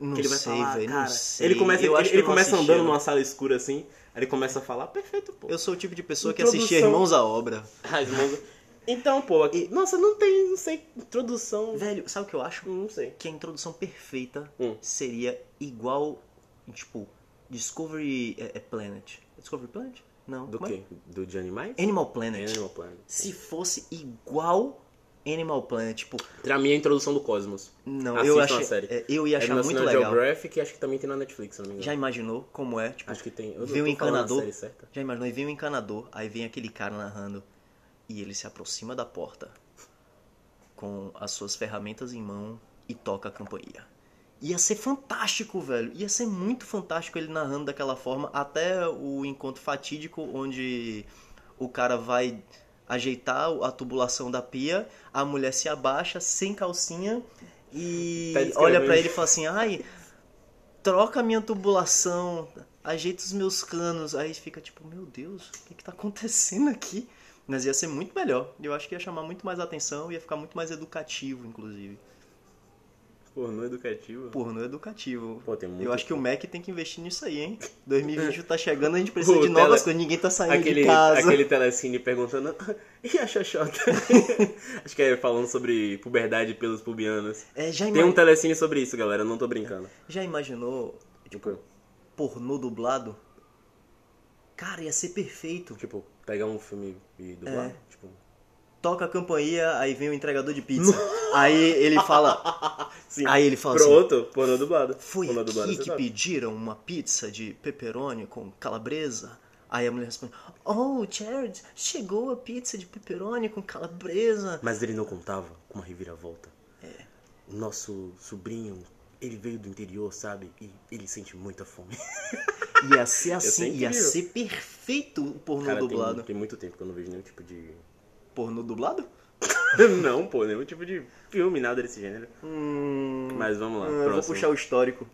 Speaker 4: não
Speaker 3: Que ele vai
Speaker 4: sei,
Speaker 3: falar,
Speaker 4: velho.
Speaker 3: cara.
Speaker 4: Não sei.
Speaker 3: Ele começa,
Speaker 4: eu
Speaker 3: ele,
Speaker 4: acho que
Speaker 3: ele
Speaker 4: eu não
Speaker 3: começa
Speaker 4: assisti,
Speaker 3: andando
Speaker 4: não.
Speaker 3: numa sala escura assim. Aí ele começa a falar, perfeito, pô.
Speaker 4: Eu sou o tipo de pessoa que
Speaker 3: Introdução.
Speaker 4: assistia Irmãos à Obra.
Speaker 3: As mãos- Então, pô, aqui- nossa, não tem, não sei, introdução.
Speaker 4: Velho, sabe o que eu acho?
Speaker 3: Não sei.
Speaker 4: Que a introdução perfeita
Speaker 3: Hum.
Speaker 4: seria igual, tipo, Discovery é, é Planet. É Discovery Planet? Não.
Speaker 3: Do
Speaker 4: como é?
Speaker 3: quê? Do de animais?
Speaker 4: Animal Planet.
Speaker 3: Animal Planet.
Speaker 4: Se fosse igual Animal Planet, tipo,
Speaker 3: Pra mim é a introdução do Cosmos.
Speaker 4: não,
Speaker 3: Assistam
Speaker 4: eu
Speaker 3: a
Speaker 4: acho,
Speaker 3: série.
Speaker 4: é, eu ia
Speaker 3: É do
Speaker 4: achar muito
Speaker 3: National
Speaker 4: legal.
Speaker 3: Geographic e acho que também tem na Netflix, se não me
Speaker 4: Já
Speaker 3: engano.
Speaker 4: imaginou como é? Tipo,
Speaker 3: Acho que tem. Eu não
Speaker 4: vem o
Speaker 3: tô falando a
Speaker 4: encanador.
Speaker 3: série certa.
Speaker 4: Já imaginou? Aí vem o encanador, aí vem aquele cara narrando. E ele se aproxima da porta com as suas ferramentas em mão e toca a campainha. Ia ser fantástico, velho. Ia ser muito fantástico ele narrando daquela forma até o encontro fatídico onde o cara vai ajeitar a tubulação da pia, a mulher se abaixa sem calcinha e
Speaker 3: Tá descrevendo.
Speaker 4: olha pra ele e fala assim: "Ai, troca a minha tubulação, ajeita os meus canos. Aí fica tipo, meu Deus, o que, que tá acontecendo aqui? Mas ia ser muito melhor. Eu acho que ia chamar muito mais atenção, ia ficar muito mais educativo, inclusive.
Speaker 3: Pornô educativo.
Speaker 4: Pornô educativo.
Speaker 3: Pô, tem muito
Speaker 4: Eu acho que o
Speaker 3: pornô.
Speaker 4: Mac tem que investir nisso aí, hein? 2020 tá chegando, a gente precisa
Speaker 3: O
Speaker 4: de
Speaker 3: tele-
Speaker 4: novas coisas, ninguém tá saindo
Speaker 3: Aquele,
Speaker 4: de casa.
Speaker 3: aquele telecine perguntando. E a Xoxota? acho que é falando sobre puberdade pelos pubianos.
Speaker 4: É, já,
Speaker 3: Tem
Speaker 4: ima-
Speaker 3: um telecine sobre isso, galera. Não tô brincando.
Speaker 4: já imaginou
Speaker 3: Tipo,
Speaker 4: pornô dublado? Cara, ia ser perfeito.
Speaker 3: tipo, pegar um filme e dublar.
Speaker 4: É.
Speaker 3: Tipo,
Speaker 4: Toca a campainha, aí vem o entregador de pizza. aí ele fala,
Speaker 3: sim.
Speaker 4: Aí ele fala assim:
Speaker 3: Pronto, pornô dublado.
Speaker 4: Foi
Speaker 3: pornô dublado,
Speaker 4: aqui
Speaker 3: você
Speaker 4: que
Speaker 3: sabe.
Speaker 4: pediram uma pizza de pepperoni com calabresa? Aí a mulher responde: Oh, Jared, chegou a pizza de pepperoni com calabresa.
Speaker 3: Mas ele não contava com uma reviravolta. É. O nosso sobrinho, ele veio do interior, sabe? E ele sente muita fome.
Speaker 4: Ia ser assim,
Speaker 3: sempre
Speaker 4: ia
Speaker 3: digo.
Speaker 4: ser perfeito o pornô
Speaker 3: Cara,
Speaker 4: dublado.
Speaker 3: tem, tem muito tempo que eu não vejo nenhum tipo de.
Speaker 4: Pornô dublado?
Speaker 3: não, pô, nenhum tipo de filme, nada desse gênero.
Speaker 4: Hum.
Speaker 3: Mas vamos lá,
Speaker 4: ah, eu vou
Speaker 3: próximo.
Speaker 4: puxar o histórico.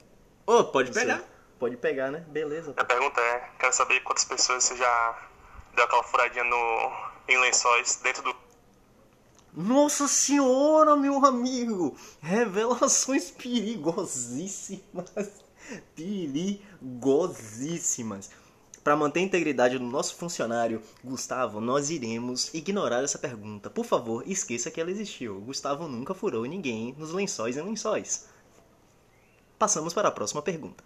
Speaker 3: Ô, pode
Speaker 4: Não sei.
Speaker 3: pegar.
Speaker 4: Pode pegar, né? Beleza.
Speaker 9: A pergunta é, quero saber quantas pessoas você já deu aquela furadinha no, em lençóis dentro do...
Speaker 4: Nossa senhora, meu amigo! Revelações perigosíssimas. Perigosíssimas. Para manter a integridade do nosso funcionário, Gustavo, nós iremos ignorar essa pergunta. Por favor, esqueça que ela existiu. Gustavo nunca furou ninguém nos lençóis e lençóis. Passamos para a próxima pergunta.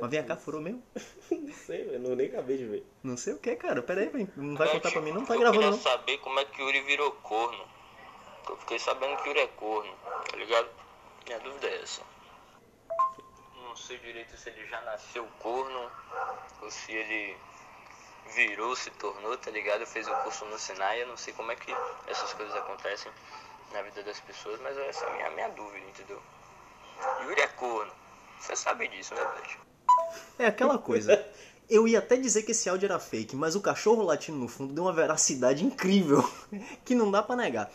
Speaker 4: Mas vem cá, furou mesmo?
Speaker 3: Não sei, velho, não nem acabei de ver.
Speaker 4: Não sei o que, cara. Pera aí, velho. Não vai contar pra mim, não tá gravando,
Speaker 8: Eu
Speaker 4: não.
Speaker 8: queria saber como é que o Yuri virou corno. Eu fiquei sabendo que o Yuri é corno, tá ligado? Minha dúvida é essa. Não sei direito se ele já nasceu corno ou se ele virou, se tornou, tá ligado? Fez o curso no Sinai, eu não sei como é que essas coisas acontecem na vida das pessoas, mas essa é a minha, minha dúvida, entendeu? Yuri é corno. Você sabe disso, né, Beth?
Speaker 4: É aquela coisa. Eu ia até dizer que esse áudio era fake, mas o cachorro latindo no fundo deu uma veracidade incrível que não dá pra negar.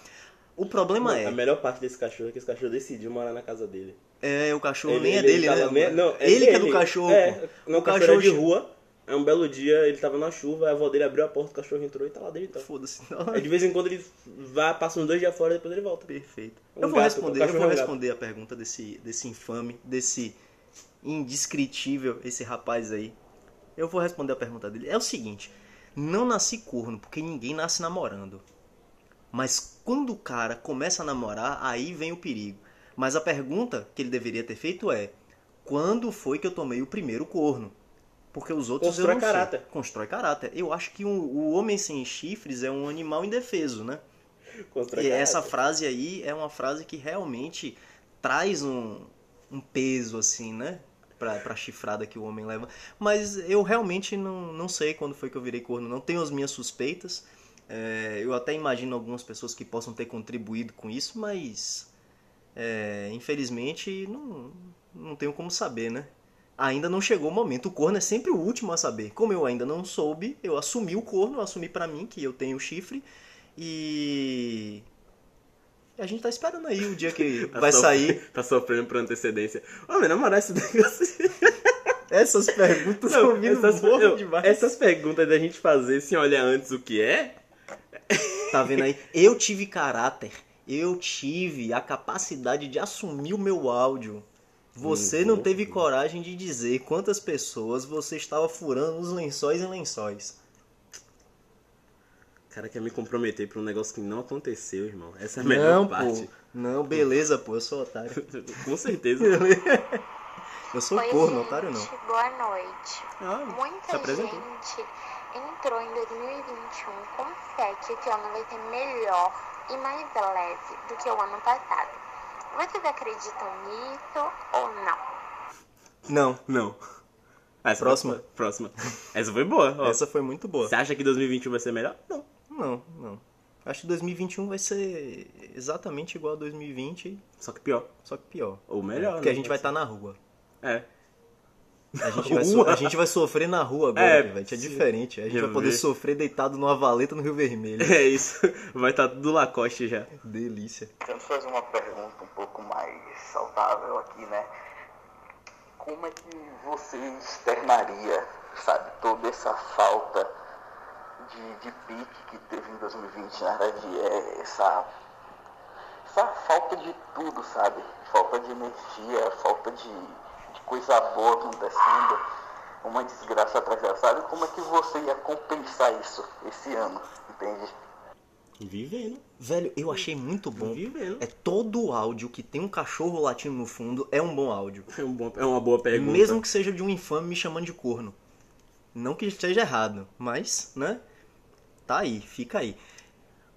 Speaker 4: O problema
Speaker 3: A
Speaker 4: é,
Speaker 3: melhor parte desse cachorro é que esse cachorro decidiu morar na casa dele.
Speaker 4: é o cachorro
Speaker 3: Ele-
Speaker 4: nem é
Speaker 3: ele
Speaker 4: dele,
Speaker 3: tava
Speaker 4: né?
Speaker 3: me- não, é
Speaker 4: ele que é do
Speaker 3: dele.
Speaker 4: cachorro.
Speaker 3: É,
Speaker 4: pô.
Speaker 3: não, o cachorro, é de rua. Aí um belo dia ele tava na chuva, a avó dele abriu a porta, o cachorro entrou e tá lá dentro.
Speaker 4: Foda-se.
Speaker 3: Aí de vez em quando ele vai, passa uns dois dias fora e depois ele volta.
Speaker 4: Perfeito.
Speaker 3: Um
Speaker 4: eu vou
Speaker 3: gato,
Speaker 4: responder,
Speaker 3: o
Speaker 4: eu
Speaker 3: cachorro
Speaker 4: vou
Speaker 3: é um gato.
Speaker 4: responder a pergunta desse, desse infame, desse indescritível, esse rapaz aí. Eu vou responder a pergunta dele. É o seguinte, não nasci corno, porque ninguém nasce namorando. Mas quando o cara começa a namorar, aí vem o perigo. Mas a pergunta que ele deveria ter feito é: quando foi que eu tomei o primeiro corno? Porque os outros
Speaker 3: Constrói
Speaker 4: eu não sei.
Speaker 3: caráter.
Speaker 4: Constrói caráter. Eu acho que um- o homem sem chifres é um animal indefeso, né?
Speaker 3: Contra
Speaker 4: E essa
Speaker 3: caráter.
Speaker 4: frase aí é uma frase que realmente traz um, um peso, assim, né? Pra, pra chifrada que o homem leva. Mas eu realmente não, não sei quando foi que eu virei corno, não. Tenho as minhas suspeitas. É, eu até imagino algumas pessoas que possam ter contribuído com isso, mas. é, infelizmente, não, não tenho como saber, né? Ainda não chegou o momento. O corno é sempre o último a saber. Como eu ainda não soube, eu assumi o corno, eu assumi pra mim que eu tenho chifre. E. A gente tá esperando aí o dia que
Speaker 3: Tá
Speaker 4: vai
Speaker 3: sofrendo-
Speaker 4: sair.
Speaker 3: Tá sofrendo por antecedência. Ô, meu, na moral, esse negócio.
Speaker 4: Essas perguntas
Speaker 3: Não,
Speaker 4: combinam
Speaker 3: essas,
Speaker 4: boa
Speaker 3: não,
Speaker 4: demais.
Speaker 3: essas perguntas da gente fazer sem olhar antes o que é.
Speaker 4: Tá vendo aí? Eu tive caráter. Eu tive a capacidade de assumir o meu áudio. Você não
Speaker 3: Uhum.
Speaker 4: teve coragem de dizer quantas pessoas você estava furando nos lençóis e lençóis.
Speaker 3: O cara quer me comprometer pra um negócio que não aconteceu, irmão. Essa é a melhor
Speaker 4: Não,
Speaker 3: parte.
Speaker 4: pô. Não, beleza, pô. Eu sou otário.
Speaker 3: Com certeza.
Speaker 4: Eu sou
Speaker 5: Oi,
Speaker 4: corno,
Speaker 5: gente.
Speaker 4: otário não. Ah,
Speaker 5: Boa noite.
Speaker 3: se
Speaker 5: Muita
Speaker 3: apresentou.
Speaker 5: gente entrou em 2021 com fé que esse ano vai ser melhor e mais leve do que o ano passado. Vocês acreditam nisso ou não?
Speaker 4: Não.
Speaker 3: Não. Ah, essa
Speaker 4: Próxima.
Speaker 3: foi- Próxima. Essa foi boa. ó.
Speaker 4: Essa foi muito boa.
Speaker 3: Você acha que 2021 vai ser melhor? Não.
Speaker 4: Não, não. Acho que 2021 vai ser exatamente igual a 2020,
Speaker 3: Só que pior.
Speaker 4: só que pior.
Speaker 3: Ou melhor.
Speaker 4: É, Porque a
Speaker 3: né?
Speaker 4: gente vai estar na rua.
Speaker 3: É.
Speaker 4: A gente, vai so- a gente vai sofrer na rua agora,
Speaker 3: É,
Speaker 4: velho. É
Speaker 3: sim.
Speaker 4: diferente. A gente
Speaker 3: Eu
Speaker 4: vai poder
Speaker 3: vi.
Speaker 4: sofrer deitado numa valeta no Rio Vermelho.
Speaker 3: É isso. Vai estar tudo Lacoste já.
Speaker 4: Delícia.
Speaker 8: Tentando fazer uma pergunta um pouco mais saudável aqui, né? Como é que você externaria, sabe, toda essa falta de, de pique que teve em 2020, na verdade, é essa, essa falta de tudo, sabe? Falta de energia, falta de, de coisa boa acontecendo, uma desgraça atrás dela, sabe? Como é que você ia compensar isso esse ano, entende?
Speaker 3: Vivendo.
Speaker 4: Velho, eu achei muito bom.
Speaker 3: Vivendo.
Speaker 4: É todo áudio que tem um cachorro latindo no fundo é um bom áudio.
Speaker 3: É, um bom- é uma boa pergunta.
Speaker 4: Mesmo que seja de um infame me chamando de corno. Não que esteja errado, mas, né? Tá aí, fica aí.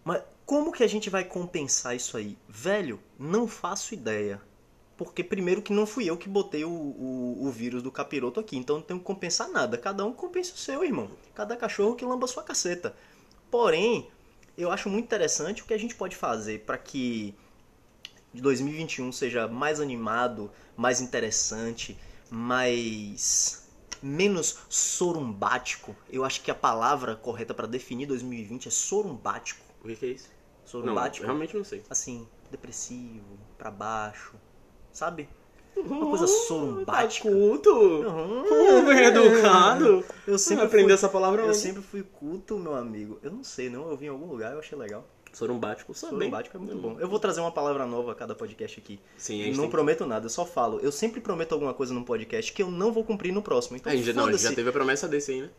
Speaker 4: Mas como que a gente vai compensar isso aí? Velho, não faço ideia. Porque primeiro que não fui eu que botei o, o, o vírus do capiroto aqui, então não tenho que compensar nada. Cada um compensa o seu, irmão. Cada cachorro que lamba a sua caceta. Porém, eu acho muito interessante o que a gente pode fazer para que de 2021 seja mais animado, mais interessante, mais menos sorumbático. Eu acho que a palavra correta para definir 2020 é sorumbático.
Speaker 3: O que que é isso? Não, é um-
Speaker 4: Sorumbático,
Speaker 3: realmente não sei.
Speaker 4: assim, depressivo, pra baixo, sabe? Uma coisa sorumbática. Uhum.
Speaker 3: Tá culto. Uh, bem educado. é
Speaker 4: Eu sempre
Speaker 3: aprendi
Speaker 4: fui-
Speaker 3: essa palavra
Speaker 4: Eu
Speaker 3: onde?
Speaker 4: sempre fui culto, meu amigo. Eu não sei, não. Eu vi em algum lugar, eu achei legal.
Speaker 3: Sorumbático, sabe?
Speaker 4: Sorumbático é muito bom. Eu vou trazer uma palavra nova a cada podcast aqui.
Speaker 3: Sim, Tá a gente
Speaker 4: não
Speaker 3: tem-
Speaker 4: prometo nada, eu só falo. Eu sempre prometo alguma coisa num podcast que eu não vou cumprir no próximo. Então,
Speaker 3: A gente, já- não, a gente já
Speaker 4: foda-se.
Speaker 3: teve a promessa desse aí, né?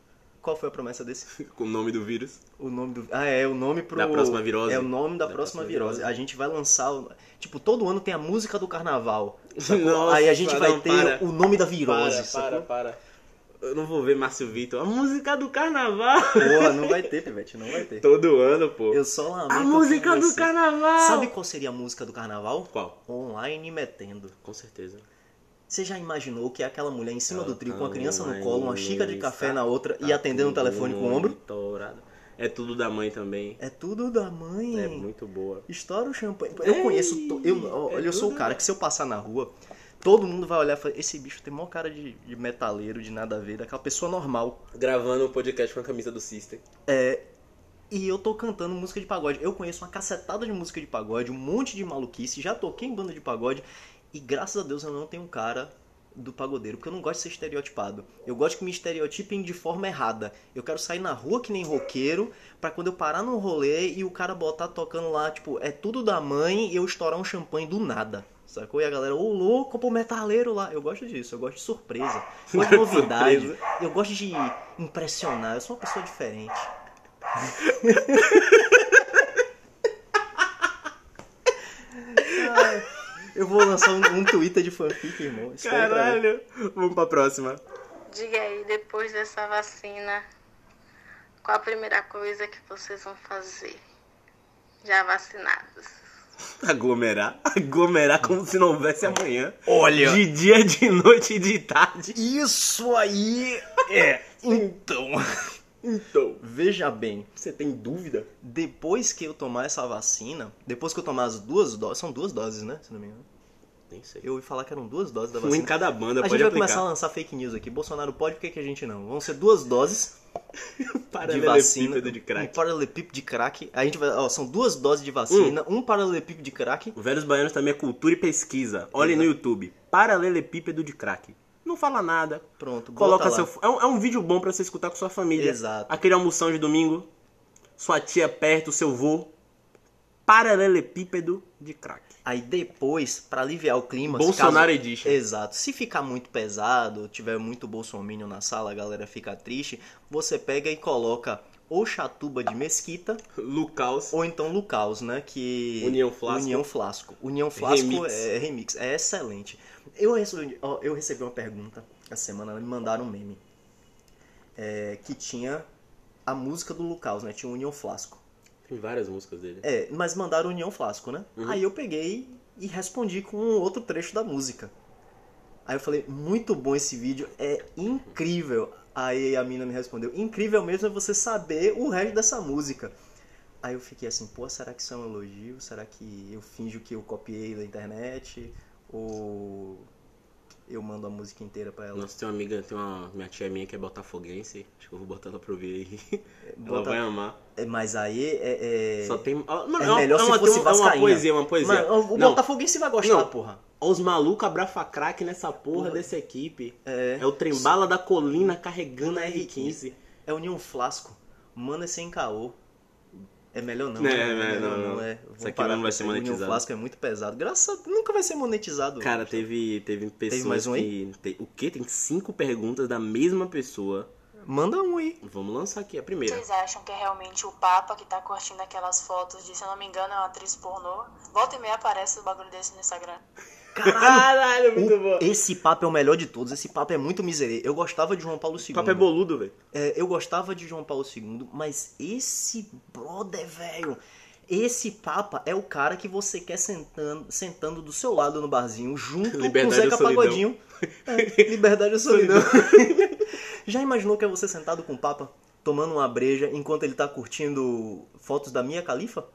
Speaker 4: Qual foi a promessa desse?
Speaker 3: Com o nome do vírus.
Speaker 4: O nome do. Ah, é, o nome pro.
Speaker 3: Da próxima virose.
Speaker 4: É o nome da,
Speaker 3: Da
Speaker 4: próxima,
Speaker 3: próxima
Speaker 4: virose.
Speaker 3: virose.
Speaker 4: A gente vai lançar. o- Tipo, todo ano tem a música do carnaval. sacou?
Speaker 3: Nossa,
Speaker 4: Aí a gente vai
Speaker 3: não,
Speaker 4: ter
Speaker 3: para.
Speaker 4: o nome da virose.
Speaker 3: para,
Speaker 4: sacou?
Speaker 3: para, para. Eu não vou ver Márcio Vitor. A música do carnaval.
Speaker 4: Porra, não vai ter, Pivete, não vai ter.
Speaker 3: Todo ano, pô.
Speaker 4: Eu só lamento.
Speaker 3: A
Speaker 4: que
Speaker 3: música
Speaker 4: não
Speaker 3: do
Speaker 4: vai ser.
Speaker 3: carnaval.
Speaker 4: Sabe qual seria a música do carnaval?
Speaker 3: qual?
Speaker 4: Online metendo.
Speaker 3: Com certeza.
Speaker 4: Você já imaginou que é aquela mulher em cima
Speaker 3: Ela
Speaker 4: do trio com a
Speaker 3: tá
Speaker 4: criança no
Speaker 3: online,
Speaker 4: colo, uma xícara de café
Speaker 3: está-
Speaker 4: na outra e
Speaker 3: tá
Speaker 4: atendendo o
Speaker 3: tudo
Speaker 4: telefone com o ombro?
Speaker 3: monitorado. É tudo da mãe também.
Speaker 4: É tudo da mãe.
Speaker 3: É muito boa.
Speaker 4: Estoura o champanhe. Eu
Speaker 3: Ei,
Speaker 4: conheço. to- Eu, olha,
Speaker 3: é
Speaker 4: eu sou o
Speaker 3: tudo,
Speaker 4: cara
Speaker 3: né?
Speaker 4: que se eu passar na rua, todo mundo vai olhar e falar: esse bicho tem maior cara de, de metaleiro, de nada a ver, daquela pessoa normal.
Speaker 3: Gravando um podcast com a camisa do System.
Speaker 4: E eu tô cantando música de pagode. Eu conheço uma cacetada de música de pagode, um monte de maluquice, já toquei em banda de pagode. E graças a Deus eu não tenho cara do pagodeiro, porque eu não gosto de ser estereotipado. Eu gosto que me estereotipem de forma errada. Eu quero sair na rua que nem roqueiro, pra quando eu parar num rolê e o cara botar tocando lá, tipo, é tudo da mãe e eu estourar um champanhe do nada. Sacou? E a galera, ô louco pro metaleiro lá. Eu gosto disso, eu gosto de surpresa. Eu gosto de novidade. Eu gosto de impressionar. Eu sou uma pessoa diferente. Ai, Eu vou lançar um, um Twitter de fanfic, irmão. Espere pra ver.
Speaker 3: Caralho. Vamos pra próxima.
Speaker 5: Diga aí, depois dessa vacina, qual a primeira coisa que vocês vão fazer? Já vacinados.
Speaker 3: Aglomerar. Aglomerar como se não houvesse amanhã.
Speaker 4: Olha.
Speaker 3: De dia, de noite e de tarde.
Speaker 4: Isso aí é. Então,
Speaker 3: Então,
Speaker 4: veja bem.
Speaker 3: você tem dúvida?
Speaker 4: Depois que eu tomar essa vacina, depois que eu tomar as duas doses, são duas doses, né? Se não me engano.
Speaker 3: Nem sei.
Speaker 4: Eu ouvi falar que eram duas doses da
Speaker 3: Um em
Speaker 4: vacina.
Speaker 3: cada banda,
Speaker 4: A gente
Speaker 3: pode
Speaker 4: vai
Speaker 3: aplicar.
Speaker 4: começar a lançar fake news aqui. Bolsonaro pode, por que, que a gente não? Vão ser duas doses de
Speaker 3: Paralelepípedo
Speaker 4: vacina.
Speaker 3: de
Speaker 4: Um
Speaker 3: crack.
Speaker 4: paralelepípedo de crack. A gente vai, ó, são duas doses de vacina,
Speaker 3: Hum.
Speaker 4: um paralelepípedo de crack.
Speaker 3: O Velhos Baianos também é cultura e pesquisa. Olhem no YouTube. Paralelepípedo de crack. Não fala nada.
Speaker 4: Pronto, bota
Speaker 3: Coloca
Speaker 4: lá.
Speaker 3: seu. É um, é um vídeo bom pra você escutar com sua família.
Speaker 4: Exato.
Speaker 3: Aquele almoção de domingo. Sua tia perto, seu vô. Paralelepípedo de crack.
Speaker 4: Aí depois, pra aliviar o clima,
Speaker 3: Bolsonaro
Speaker 4: caso-
Speaker 3: Edition.
Speaker 4: Exato. Se ficar muito pesado, tiver muito bolsominion na sala, a galera fica triste, você pega e coloca ou chatuba de mesquita
Speaker 3: Lucas.
Speaker 4: ou então Lucaus, né, que
Speaker 3: União Flasco.
Speaker 4: União Flasco. União Flasco
Speaker 3: Remix.
Speaker 4: é remix, é excelente. Eu recebi, ó, eu recebi uma pergunta essa semana, me mandaram um meme. É, que tinha a música do Lucaus, né? Tinha o União Flasco.
Speaker 3: Tem várias músicas dele.
Speaker 4: É, mas mandaram União Flasco, né?
Speaker 3: Uhum.
Speaker 4: Aí eu peguei e respondi com um outro trecho da música. Aí eu falei, muito bom esse vídeo, é incrível. Aí a mina me respondeu, incrível mesmo é você saber o resto dessa música. Aí eu fiquei assim, pô, será que isso é um elogio? Será que eu finjo que eu copiei da internet? Ou eu mando a música inteira pra ela?
Speaker 3: Nossa, tem uma amiga, tem uma minha tia minha que é botafoguense. Acho que eu vou botar ela pra ouvir aí. Ela
Speaker 4: Bota-
Speaker 3: vai amar.
Speaker 4: É, Mas aí é... é-
Speaker 3: Só tem. ah, Mano,
Speaker 4: é
Speaker 3: uma-
Speaker 4: melhor
Speaker 3: uma,
Speaker 4: se fosse
Speaker 3: tem uma, é uma
Speaker 4: vascaína.
Speaker 3: poesia, uma poesia.
Speaker 4: Mas o
Speaker 3: Não,
Speaker 4: Botafoguense vai gostar,
Speaker 3: Não.
Speaker 4: porra.
Speaker 3: Os malucos abrafa craque nessa porra, dessa equipe. É. o trembala da colina carregando a R15.
Speaker 4: É União Flasco. Mana sem caô. É melhor não.
Speaker 3: Não,
Speaker 4: né?
Speaker 3: é,
Speaker 4: melhor
Speaker 3: não, não.
Speaker 4: é.
Speaker 3: Isso
Speaker 4: Vou
Speaker 3: aqui
Speaker 4: parar
Speaker 3: não
Speaker 4: com
Speaker 3: vai
Speaker 4: isso
Speaker 3: ser
Speaker 4: aí. União
Speaker 3: monetizado.
Speaker 4: Flasco é muito pesado. Graças a... Nunca vai ser monetizado.
Speaker 3: Cara, teve, teve pessoas
Speaker 4: mais um aí?
Speaker 3: que. Te, o quê? Tem cinco perguntas da mesma pessoa.
Speaker 4: Manda um aí.
Speaker 3: Vamos lançar aqui a primeira.
Speaker 10: Vocês acham que é realmente o Papa que tá curtindo aquelas fotos de, se eu não me engano, é uma atriz pornô? Volta e meia aparece o bagulho desse no Instagram.
Speaker 3: Caralho, muito bom.
Speaker 4: Esse papo é o melhor de todos. Esse papo é muito miserável. Eu gostava de João Paulo II.
Speaker 3: O papo é boludo, velho.
Speaker 4: É, eu gostava de João Paulo II, mas esse brother, velho. Esse Papa é o cara que você quer sentando, sentando do seu lado no barzinho, junto
Speaker 3: Liberdade
Speaker 4: com o Zeca
Speaker 3: ou solidão?
Speaker 4: Pagodinho. É, liberdade ou solidão. Já imaginou que é você sentado com o Papa, tomando uma breja, enquanto ele tá curtindo fotos da Mia Califa?